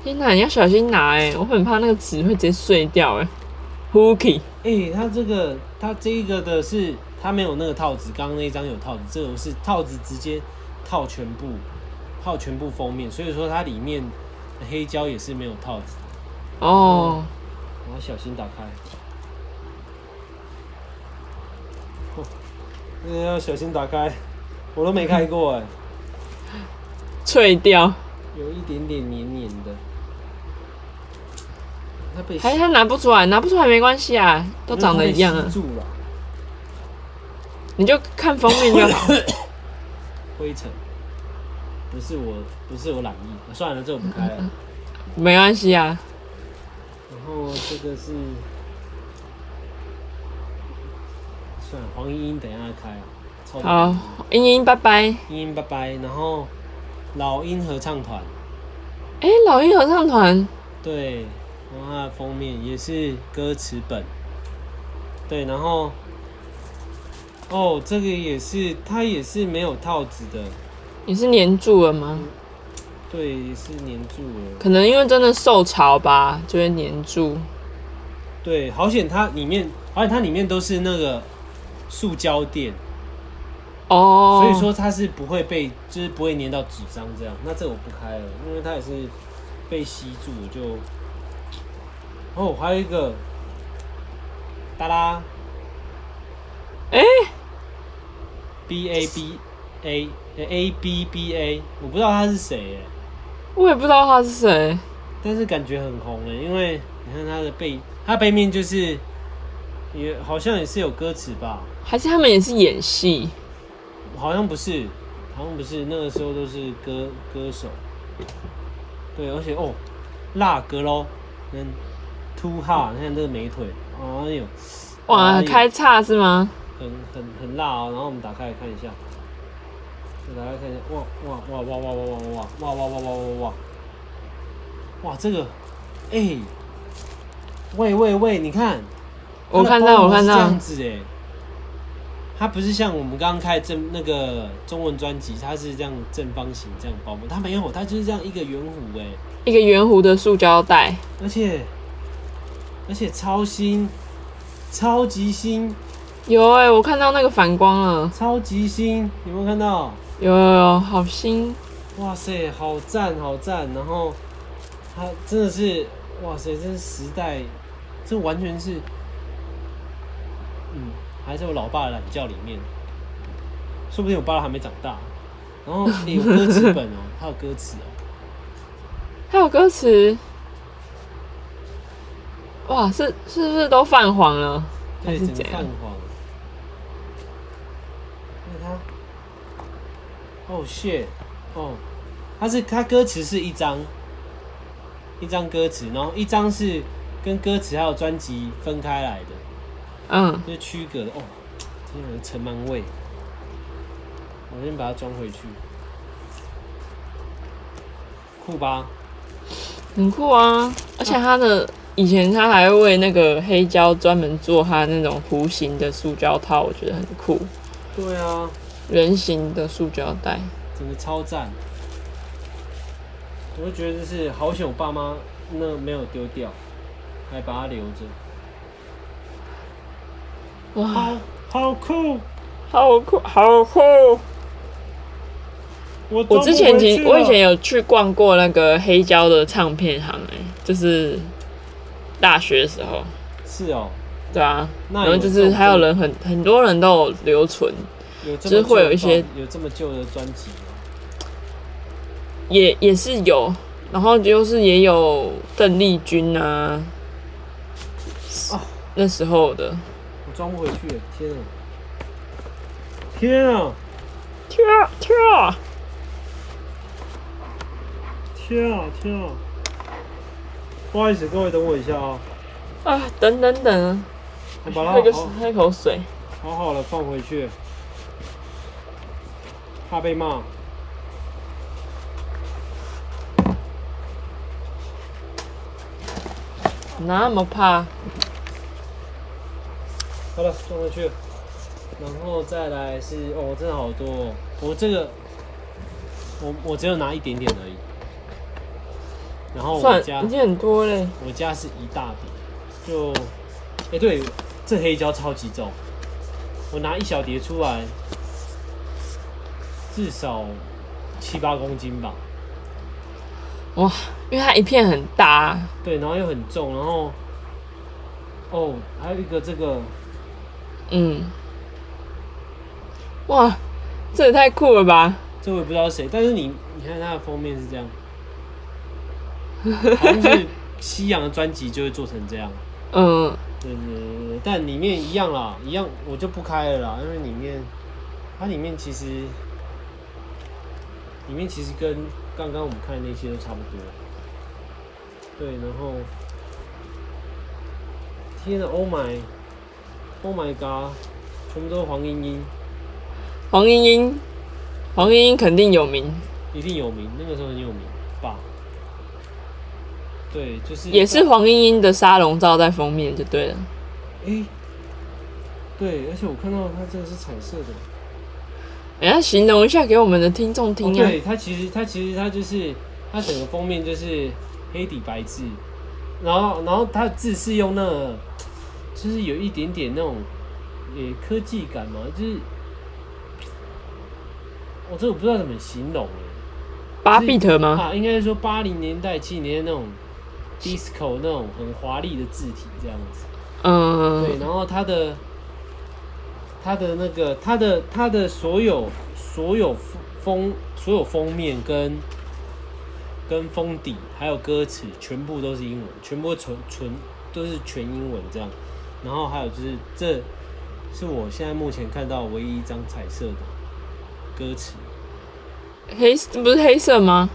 [SPEAKER 2] 天哪，你要小心拿哎、我很怕那个纸会直接碎掉哎、Hooky，
[SPEAKER 1] 诶，它这个它这一个的是它没有那个套子，刚刚那一张有套子，这个是套子直接套全部，套全部封面，所以说它里面的黑胶也是没有套子，
[SPEAKER 2] 哦，
[SPEAKER 1] 我要小心打开。哦真的要小心打开，我都没开过哎、
[SPEAKER 2] 脆掉，
[SPEAKER 1] 有一点点黏黏的。它被
[SPEAKER 2] 还
[SPEAKER 1] 吸
[SPEAKER 2] 是它拿不出来，拿不出来没关系啊，都长得一样
[SPEAKER 1] 它
[SPEAKER 2] 啊
[SPEAKER 1] 被，吸住了，
[SPEAKER 2] 你就看封面就好。
[SPEAKER 1] 灰尘。不是我，不是我懒意。啊算了，这我不开
[SPEAKER 2] 嗯
[SPEAKER 1] 了。
[SPEAKER 2] 没关系啊，
[SPEAKER 1] 然后这个是，算了，黄莺莺等一下再开啊。超级
[SPEAKER 2] 好，莺莺拜拜。
[SPEAKER 1] 莺莺拜拜。然后老鹰合唱团，
[SPEAKER 2] 哎、老鹰合唱团，
[SPEAKER 1] 对，然后它的封面也是歌词本，对，然后哦，这个也是，它也是没有套子的，
[SPEAKER 2] 你是黏住了吗？
[SPEAKER 1] 对，也是粘住了，
[SPEAKER 2] 可能因为真的受潮吧，就会黏住。
[SPEAKER 1] 对，好险它里面，好险它里面都是那个塑胶垫，
[SPEAKER 2] 哦，
[SPEAKER 1] 所以说它是不会被，就是不会粘到纸张这样。那这我不开了，因为它也是被吸住了就。哦，还有一个，哒啦
[SPEAKER 2] 哎、
[SPEAKER 1] ，B A B A 呃 A B B A，我不知道他是谁耶，
[SPEAKER 2] 我也不知道他是谁。
[SPEAKER 1] 但是感觉很红诶，因为你看他的背，他背面就是也好像也是有歌词吧，
[SPEAKER 2] 还是他们也是演戏？
[SPEAKER 1] 好像不是，好像不是，那个时候都是歌歌手。对，而且哦，辣格喽，嗯，too hot，你看这个美腿，哎呦，
[SPEAKER 2] 哇，
[SPEAKER 1] 哎呦
[SPEAKER 2] 开叉是吗？
[SPEAKER 1] 很很很辣哦。然后我们打开来看一下，我打开看一下，哇哇哇哇哇哇哇哇哇哇哇哇哇哇！哇，这个，哎、喂喂喂，你看，
[SPEAKER 2] 我看
[SPEAKER 1] 它的
[SPEAKER 2] 到，我看
[SPEAKER 1] 包装是这
[SPEAKER 2] 到
[SPEAKER 1] 样，子哎、它不是像我们刚刚开的正那个中文专辑，它是这样正方形这样包装，它没有，它就是这样一个圆弧哎、
[SPEAKER 2] 一个圆弧的塑胶袋，
[SPEAKER 1] 而且而且超新，超级新，
[SPEAKER 2] 有哎、我看到那个反光了，
[SPEAKER 1] 超级新，有没有看到？
[SPEAKER 2] 有有有，好新，
[SPEAKER 1] 哇塞，好赞好赞！然后它真的是，哇塞，这是时代，这完全是，嗯，还在我老爸的懒觉里面，说不定我爸还没长大。然后、欸、有歌词本哦，它有歌词哦，
[SPEAKER 2] 还有歌词。哇，是是不是都泛黄了？还
[SPEAKER 1] 对，
[SPEAKER 2] 是
[SPEAKER 1] 整个
[SPEAKER 2] 怎
[SPEAKER 1] 泛
[SPEAKER 2] 样？
[SPEAKER 1] 黄。那它，哦 shit，哦，它是它歌词是一张，一张歌词，然后一张是跟歌词还有专辑分开来的。
[SPEAKER 2] 嗯，
[SPEAKER 1] 就是区隔的哦，真的有尘螨味。我先把它装回去，酷吧？
[SPEAKER 2] 很酷啊！而且他的以前他还会为那个黑胶专门做他那种弧形的塑胶套，我觉得很酷，
[SPEAKER 1] 对啊，
[SPEAKER 2] 人形的塑胶袋。
[SPEAKER 1] 整个超赞。我就觉得就是好险，我爸妈那没有丢掉，还把它留着，
[SPEAKER 2] 哇，
[SPEAKER 1] 好啊好酷！
[SPEAKER 2] 好酷，好酷！
[SPEAKER 1] 我
[SPEAKER 2] 我之前其
[SPEAKER 1] 其
[SPEAKER 2] 实我以前有去逛过那个黑胶的唱片行、欸，就是大学的时候，
[SPEAKER 1] 是哦，
[SPEAKER 2] 对啊，
[SPEAKER 1] 那
[SPEAKER 2] 然后
[SPEAKER 1] 有
[SPEAKER 2] 就是
[SPEAKER 1] 中
[SPEAKER 2] 还有
[SPEAKER 1] 过
[SPEAKER 2] 人很很多人都有留存，
[SPEAKER 1] 有这
[SPEAKER 2] 就是
[SPEAKER 1] 么旧
[SPEAKER 2] 会有
[SPEAKER 1] 的
[SPEAKER 2] 一
[SPEAKER 1] 专
[SPEAKER 2] 些
[SPEAKER 1] 有这么旧的专辑吗，
[SPEAKER 2] 也也是有，然后就是也有邓丽君啊，
[SPEAKER 1] 啊
[SPEAKER 2] 那时候的。
[SPEAKER 1] 我装不回去了，天啊！天啊！
[SPEAKER 2] 跳跳，
[SPEAKER 1] 天啊天啊！不好意思，各位等我一下啊、
[SPEAKER 2] 啊！等等等，
[SPEAKER 1] 我把
[SPEAKER 2] 喝个
[SPEAKER 1] 它好
[SPEAKER 2] 喝口水。
[SPEAKER 1] 好好的放回去，怕被骂。
[SPEAKER 2] 那么怕？
[SPEAKER 1] 好了，放回去。然后再来是哦，真的好多、哦，我这个我我只有拿一点点而已。然后我
[SPEAKER 2] 算
[SPEAKER 1] 家
[SPEAKER 2] 已经很多嘞。
[SPEAKER 1] 我家是一大叠，就哎、对，这黑胶超级重，我拿一小叠出来，至少七八公斤吧。
[SPEAKER 2] 哇，因为它一片很大，啊
[SPEAKER 1] 对，然后又很重，然后哦，还有一个这个
[SPEAKER 2] 嗯。哇，这也太酷了吧！
[SPEAKER 1] 这我也不知道是谁，但是你你看它的封面是这样，好像是西洋的专辑就会做成这样，
[SPEAKER 2] 嗯，
[SPEAKER 1] 对对对对对，但里面一样啦，一样我就不开了啦，因为里面它里面其实里面其实跟刚刚我们看的那些都差不多，对，然后天呐，Oh my Oh my God，全部都是黄莺莺。
[SPEAKER 2] 黄莺莺，黄莺莺肯定有名，
[SPEAKER 1] 一定有名，那个时候很有名吧？对，就是
[SPEAKER 2] 也是黄莺莺的沙龙照在封面就对了。
[SPEAKER 1] 诶，对，而且我看到它这个是彩色的，
[SPEAKER 2] 你要哎形容一下给我们的听众
[SPEAKER 1] 哦
[SPEAKER 2] 听啊。
[SPEAKER 1] 对，它其实它其实它就是它整个封面就是黑底白字，然后然后它的字是用那个就是有一点点那种也科技感嘛，就是我、这个我不知道怎么形容欸诶。
[SPEAKER 2] 巴比特吗？
[SPEAKER 1] 啊，应该是说八零年代、七零年代那种 disco 那种很华丽的字体这样子。对，
[SPEAKER 2] 嗯，
[SPEAKER 1] 然后它的它的那个它的它的所有所有封所有封面跟跟封底还有歌词全部都是英文，全部纯纯都是全英文这样。然后还有就是这是我现在目前看到唯一一张彩色的歌词，
[SPEAKER 2] 黑不是黑色吗？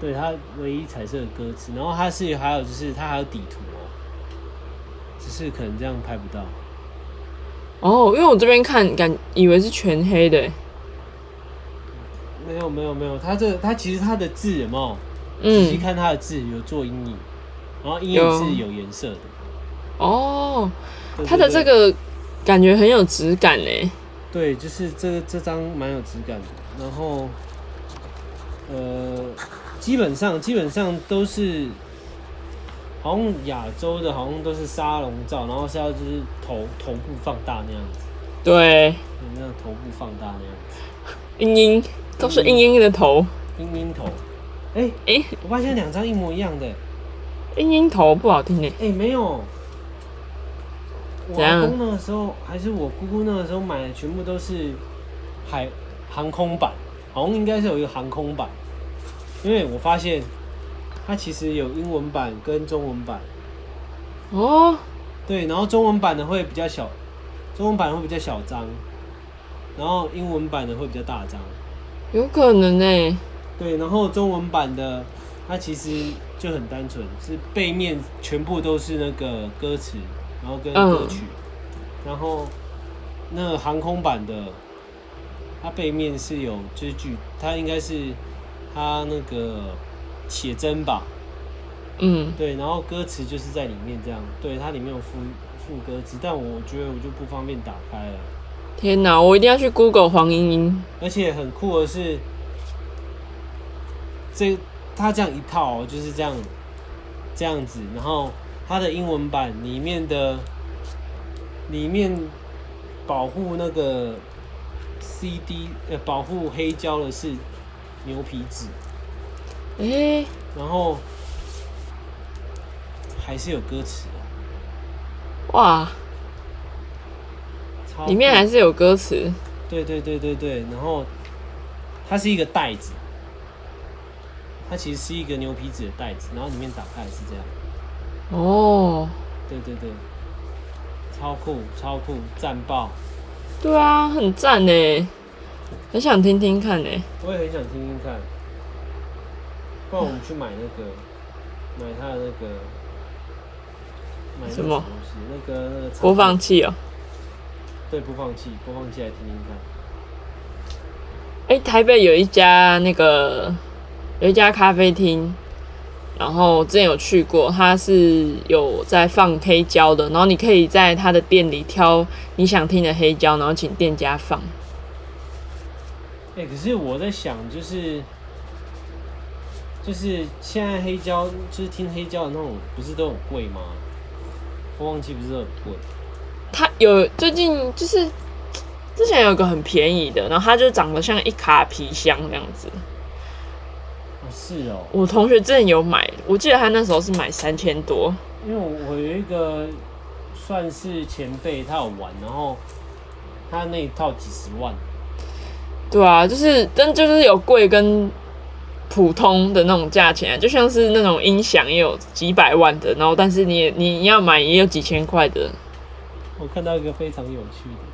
[SPEAKER 1] 对它唯一彩色的歌词。然后它是还有就是它还有底图哦，只是可能这样拍不到。
[SPEAKER 2] 哦，因为我这边看感以为是全黑的欸，
[SPEAKER 1] 没有没有没有，它这个它其实它的字有没有？仔细
[SPEAKER 2] 嗯，
[SPEAKER 1] 看它的字有做阴影，然后阴影是有颜色的。
[SPEAKER 2] 哦，
[SPEAKER 1] 对
[SPEAKER 2] 它的这个感觉很有质感嘞，
[SPEAKER 1] 对，对就是这个这张蛮有质感的。然后，呃，基本上基本上都是，好像亚洲的，好像都是沙龙照，然后是要就是头头部放大那样子，
[SPEAKER 2] 对，
[SPEAKER 1] 对那样头部放大那样子，
[SPEAKER 2] 英英都是英英的头，
[SPEAKER 1] 鹰鹰头。哎、
[SPEAKER 2] 诶，
[SPEAKER 1] 我发现两张一模一样的、
[SPEAKER 2] 英英头不好听诶，
[SPEAKER 1] 哎、没有。我
[SPEAKER 2] 怎样
[SPEAKER 1] 阿公那个时候，还是我姑姑那个时候买的，全部都是海航空版，好像应该是有一个航空版，因为我发现它其实有英文版跟中文版，
[SPEAKER 2] 哦，
[SPEAKER 1] 对，然后中文版的会比较小，中文版的会比较小张，然后英文版的会比较大张，
[SPEAKER 2] 有可能欸诶，
[SPEAKER 1] 对，然后中文版的它其实就很单纯，是背面全部都是那个歌词，然后跟歌曲，然后那航空版的它背面是有就是剧，它应该是它那个写真吧，
[SPEAKER 2] 嗯，
[SPEAKER 1] 对，然后歌词就是在里面这样，对，它里面有附附歌词，但我觉得我就不方便打开了。
[SPEAKER 2] 天哪，我一定要去 Google 黄莺莺，
[SPEAKER 1] 而且很酷的是，这它这样一套、哦、就是这样这样子，然后它的英文版里面的里面保护那个 CD 呃保护黑胶的是牛皮纸，
[SPEAKER 2] 诶，
[SPEAKER 1] 然后还是有歌词哦，
[SPEAKER 2] 哇，
[SPEAKER 1] 超
[SPEAKER 2] 里面
[SPEAKER 1] 酷
[SPEAKER 2] 还是有歌词，
[SPEAKER 1] 对对对对对，然后它是一个袋子，它其实是一个牛皮纸的袋子，然后里面打开来是这样，
[SPEAKER 2] 哦，
[SPEAKER 1] 对对对，超酷超酷，赞爆！
[SPEAKER 2] 对啊，很赞诶，很想听听看欸诶，
[SPEAKER 1] 我也很想听听看，不然我们去买那个，买它的那个，买那个
[SPEAKER 2] 什么
[SPEAKER 1] 东西？那个那个
[SPEAKER 2] 播放
[SPEAKER 1] 插
[SPEAKER 2] 器哦、
[SPEAKER 1] 对播放器，播放器来听听看。
[SPEAKER 2] 哎、台北有一家那个有一家咖啡厅，然后我之前有去过，它是有在放黑胶的，然后你可以在它的店里挑你想听的黑胶，然后请店家放。
[SPEAKER 1] 哎、可是我在想，就是就是现在黑胶，就是听黑胶的那种，不是都很贵吗？播放器不是都很贵？
[SPEAKER 2] 它有最近就是之前有个很便宜的，然后它就长得像一卡皮箱这样子。
[SPEAKER 1] 哦，是哦，
[SPEAKER 2] 我同学之前有买，我记得他那时候是买三千多，
[SPEAKER 1] 因为我我有一个算是前辈，他有玩，然后他那一套几十万，
[SPEAKER 2] 对啊，就是但就是有贵跟普通的那种价钱、啊，就像是那种音响也有几百万的，然后但是你也你要买也有几千块的，
[SPEAKER 1] 我看到一个非常有趣的。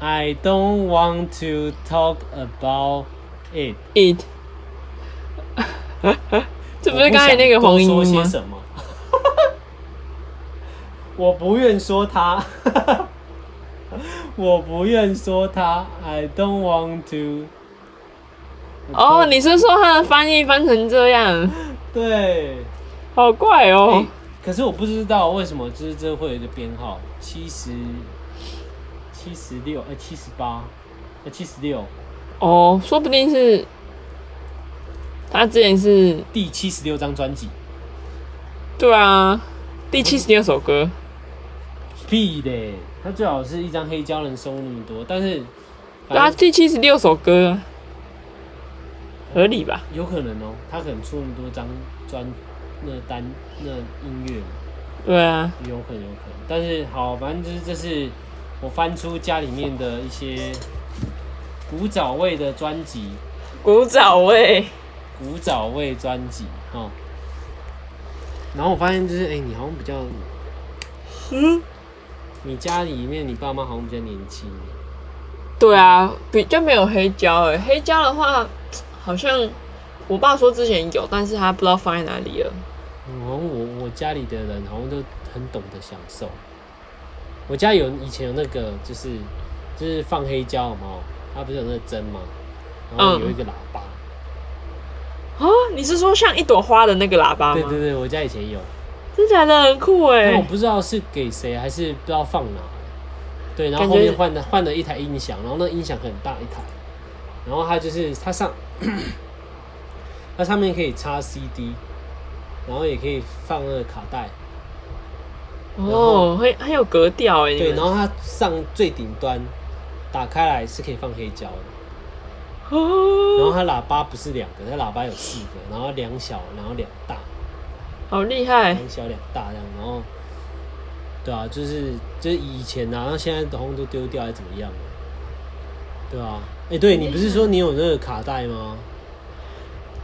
[SPEAKER 1] I don't want to talk about it。
[SPEAKER 2] it。这不是刚才那个黄莺
[SPEAKER 1] 我不想多说
[SPEAKER 2] 莺
[SPEAKER 1] 些
[SPEAKER 2] 吗？
[SPEAKER 1] 什么？ 我不愿说他， 我不愿说他。I don't want to。
[SPEAKER 2] 哦，你是说它的翻译翻成这样，
[SPEAKER 1] 对、
[SPEAKER 2] 好怪哦
[SPEAKER 1] 诶！可是我不知道为什么，就是这会有一个编号，七十、七十六，哎，七十八，哎，七十六，
[SPEAKER 2] 哦，说不定是他之前是
[SPEAKER 1] 第七十六张专辑。
[SPEAKER 2] 对啊，第七十六首歌
[SPEAKER 1] 屁嘞！他最好是一张黑胶能收那么多，但是嗯
[SPEAKER 2] 对啊，第七十六首歌啊，合理吧？
[SPEAKER 1] 有可能哦，他可能出那么多张专那单那音乐，
[SPEAKER 2] 对啊，
[SPEAKER 1] 有可能，有可能。但是好，反正就是这是我翻出家里面的一些古早味的专辑，
[SPEAKER 2] 古早味，
[SPEAKER 1] 古早味专辑哈。然后我发现就是，哎、你好像比较，
[SPEAKER 2] 嗯，
[SPEAKER 1] 你家里面你爸妈好像比较年轻，
[SPEAKER 2] 对啊，比较没有黑胶诶、黑胶的话，好像我爸说之前有，但是他不知道放在哪里了。
[SPEAKER 1] 嗯好像我我家里的人好像都很懂得享受。我家有以前有那个就是就是放黑胶嘛，它不是有那个针嘛，然
[SPEAKER 2] 嗯
[SPEAKER 1] 后有一个喇叭，
[SPEAKER 2] 啊，你是说像一朵花的那个喇叭吗？
[SPEAKER 1] 对对对，我家以前有。
[SPEAKER 2] 真假的很酷哎、
[SPEAKER 1] 但我不知道是给谁，还是不知道放哪。对，然后
[SPEAKER 2] 感
[SPEAKER 1] 后
[SPEAKER 2] 觉
[SPEAKER 1] 面换了换了一台音响，然后那音响很大一台，然后它就是它上，它上面可以插 CD，然后也可以放那个卡带。
[SPEAKER 2] 哦，很很有格调哎、
[SPEAKER 1] 对，然
[SPEAKER 2] 你们
[SPEAKER 1] 后它上最顶端打开来是可以放黑胶的，然后
[SPEAKER 2] 哦，
[SPEAKER 1] 它喇叭不是两个，它喇叭有四个，然后两小，然后两大。
[SPEAKER 2] 好厉害，
[SPEAKER 1] 两小两大这样，然后对啊，就是就是以前啊，然后现在好像都丢掉还是怎么样啊对啊，哎、对你不是说你有那个卡带吗？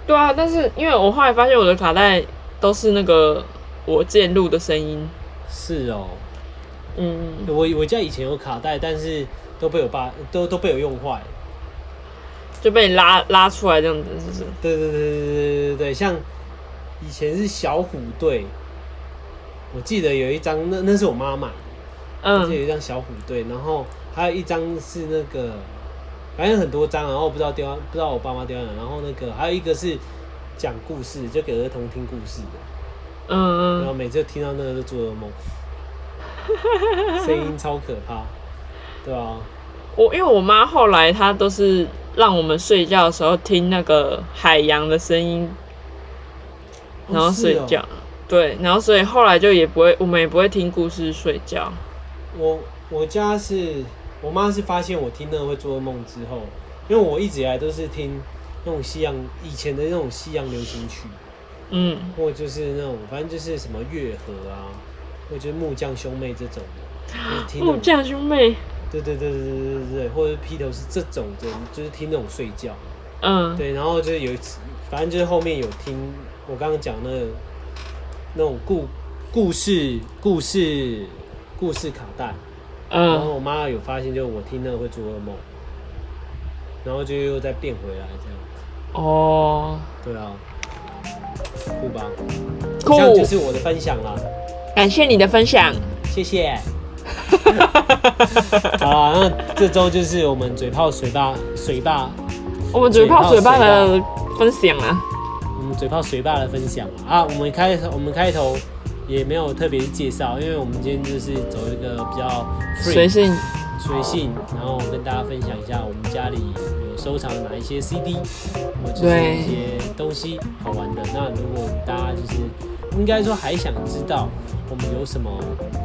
[SPEAKER 2] 对啊，但是因为我后来发现我的卡带都是那个我之前录的声音，
[SPEAKER 1] 是哦，
[SPEAKER 2] 嗯，
[SPEAKER 1] 我我家以前有卡带，但是都被我爸都都被我用坏。
[SPEAKER 2] 就被你拉拉出来这样子，是不是？
[SPEAKER 1] 对对对对对对对，像以前是小虎队，我记得有一张那那是我妈买的。就有
[SPEAKER 2] 嗯，
[SPEAKER 1] 一张小虎队，然后还有一张是那个，反正很多张，然后不知道丢到，不知道我爸妈丢到哪，然后那个还有一个是讲故事，就给儿童听故事的，然
[SPEAKER 2] 嗯
[SPEAKER 1] 后每次听到那个就做 噩梦，声音超可怕，对啊，
[SPEAKER 2] 我因为我妈后来她都是让我们睡觉的时候听那个海洋的声音，然后睡觉。
[SPEAKER 1] 哦
[SPEAKER 2] 对，然后所以后来就也不会，我们也不会听故事睡觉。
[SPEAKER 1] 是哦我我家是我妈是发现我听那个会做噩梦之后，因为我一直以来都是听那种西洋以前的那种西洋流行曲，
[SPEAKER 2] 嗯，
[SPEAKER 1] 或就是那种，反正就是什么月河啊，或者是木匠兄妹这种的，就是听那
[SPEAKER 2] 木
[SPEAKER 1] 种，
[SPEAKER 2] 匠哦兄妹，
[SPEAKER 1] 对对对对对对对，或者是披头士这种的，就是听那种睡觉。
[SPEAKER 2] 嗯，
[SPEAKER 1] 对，然后就是有一次，反正就是后面有听我刚刚讲那个那种故故事故事故事卡带，然后
[SPEAKER 2] 嗯，
[SPEAKER 1] 我妈有发现，就是我听那个会做噩梦，然后就又再变回来这样。
[SPEAKER 2] 哦，
[SPEAKER 1] 对啊，酷吧？以上就
[SPEAKER 2] 酷，
[SPEAKER 1] 是我的分享啦，
[SPEAKER 2] 感谢你的分享。
[SPEAKER 1] 谢 谢。好啦，那这周就是我们嘴炮水坝水坝，
[SPEAKER 2] 我们嘴炮
[SPEAKER 1] 嘴
[SPEAKER 2] 嘴
[SPEAKER 1] 炮
[SPEAKER 2] 巴的分享啊，
[SPEAKER 1] 我嗯们嘴炮水坝的分享了啊。我们开我们开头也没有特别介绍，因为我们今天就是走一个比较 free
[SPEAKER 2] 随性，
[SPEAKER 1] 随性，然后跟大家分享一下我们家里有收藏哪一些 CD，或者是
[SPEAKER 2] 对
[SPEAKER 1] 一些东西好玩的。那如果大家就是应该说还想知道我们有什么，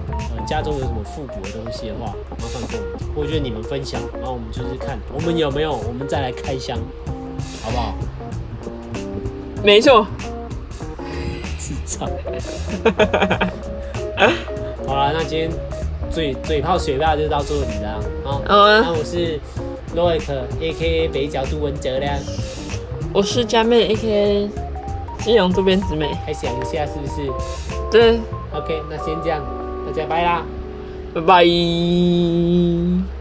[SPEAKER 1] 呃，家中有什么复古的东西的话，麻烦跟我们，或者你们分享，然后我们就是看我们有没有，我们再来开箱，好不好？
[SPEAKER 2] 没错，
[SPEAKER 1] 智障。 好了，那今天嘴嘴炮水坝就到这里啦。好，
[SPEAKER 2] 好啊
[SPEAKER 1] 那我是 Loic A K A 北角杜文哲亮，
[SPEAKER 2] 我是佳妹 A K，基隆渡边直美，
[SPEAKER 1] 还想一下是不是
[SPEAKER 2] 对，
[SPEAKER 1] ？OK，那先这样，大家拜啦。
[SPEAKER 2] 拜拜。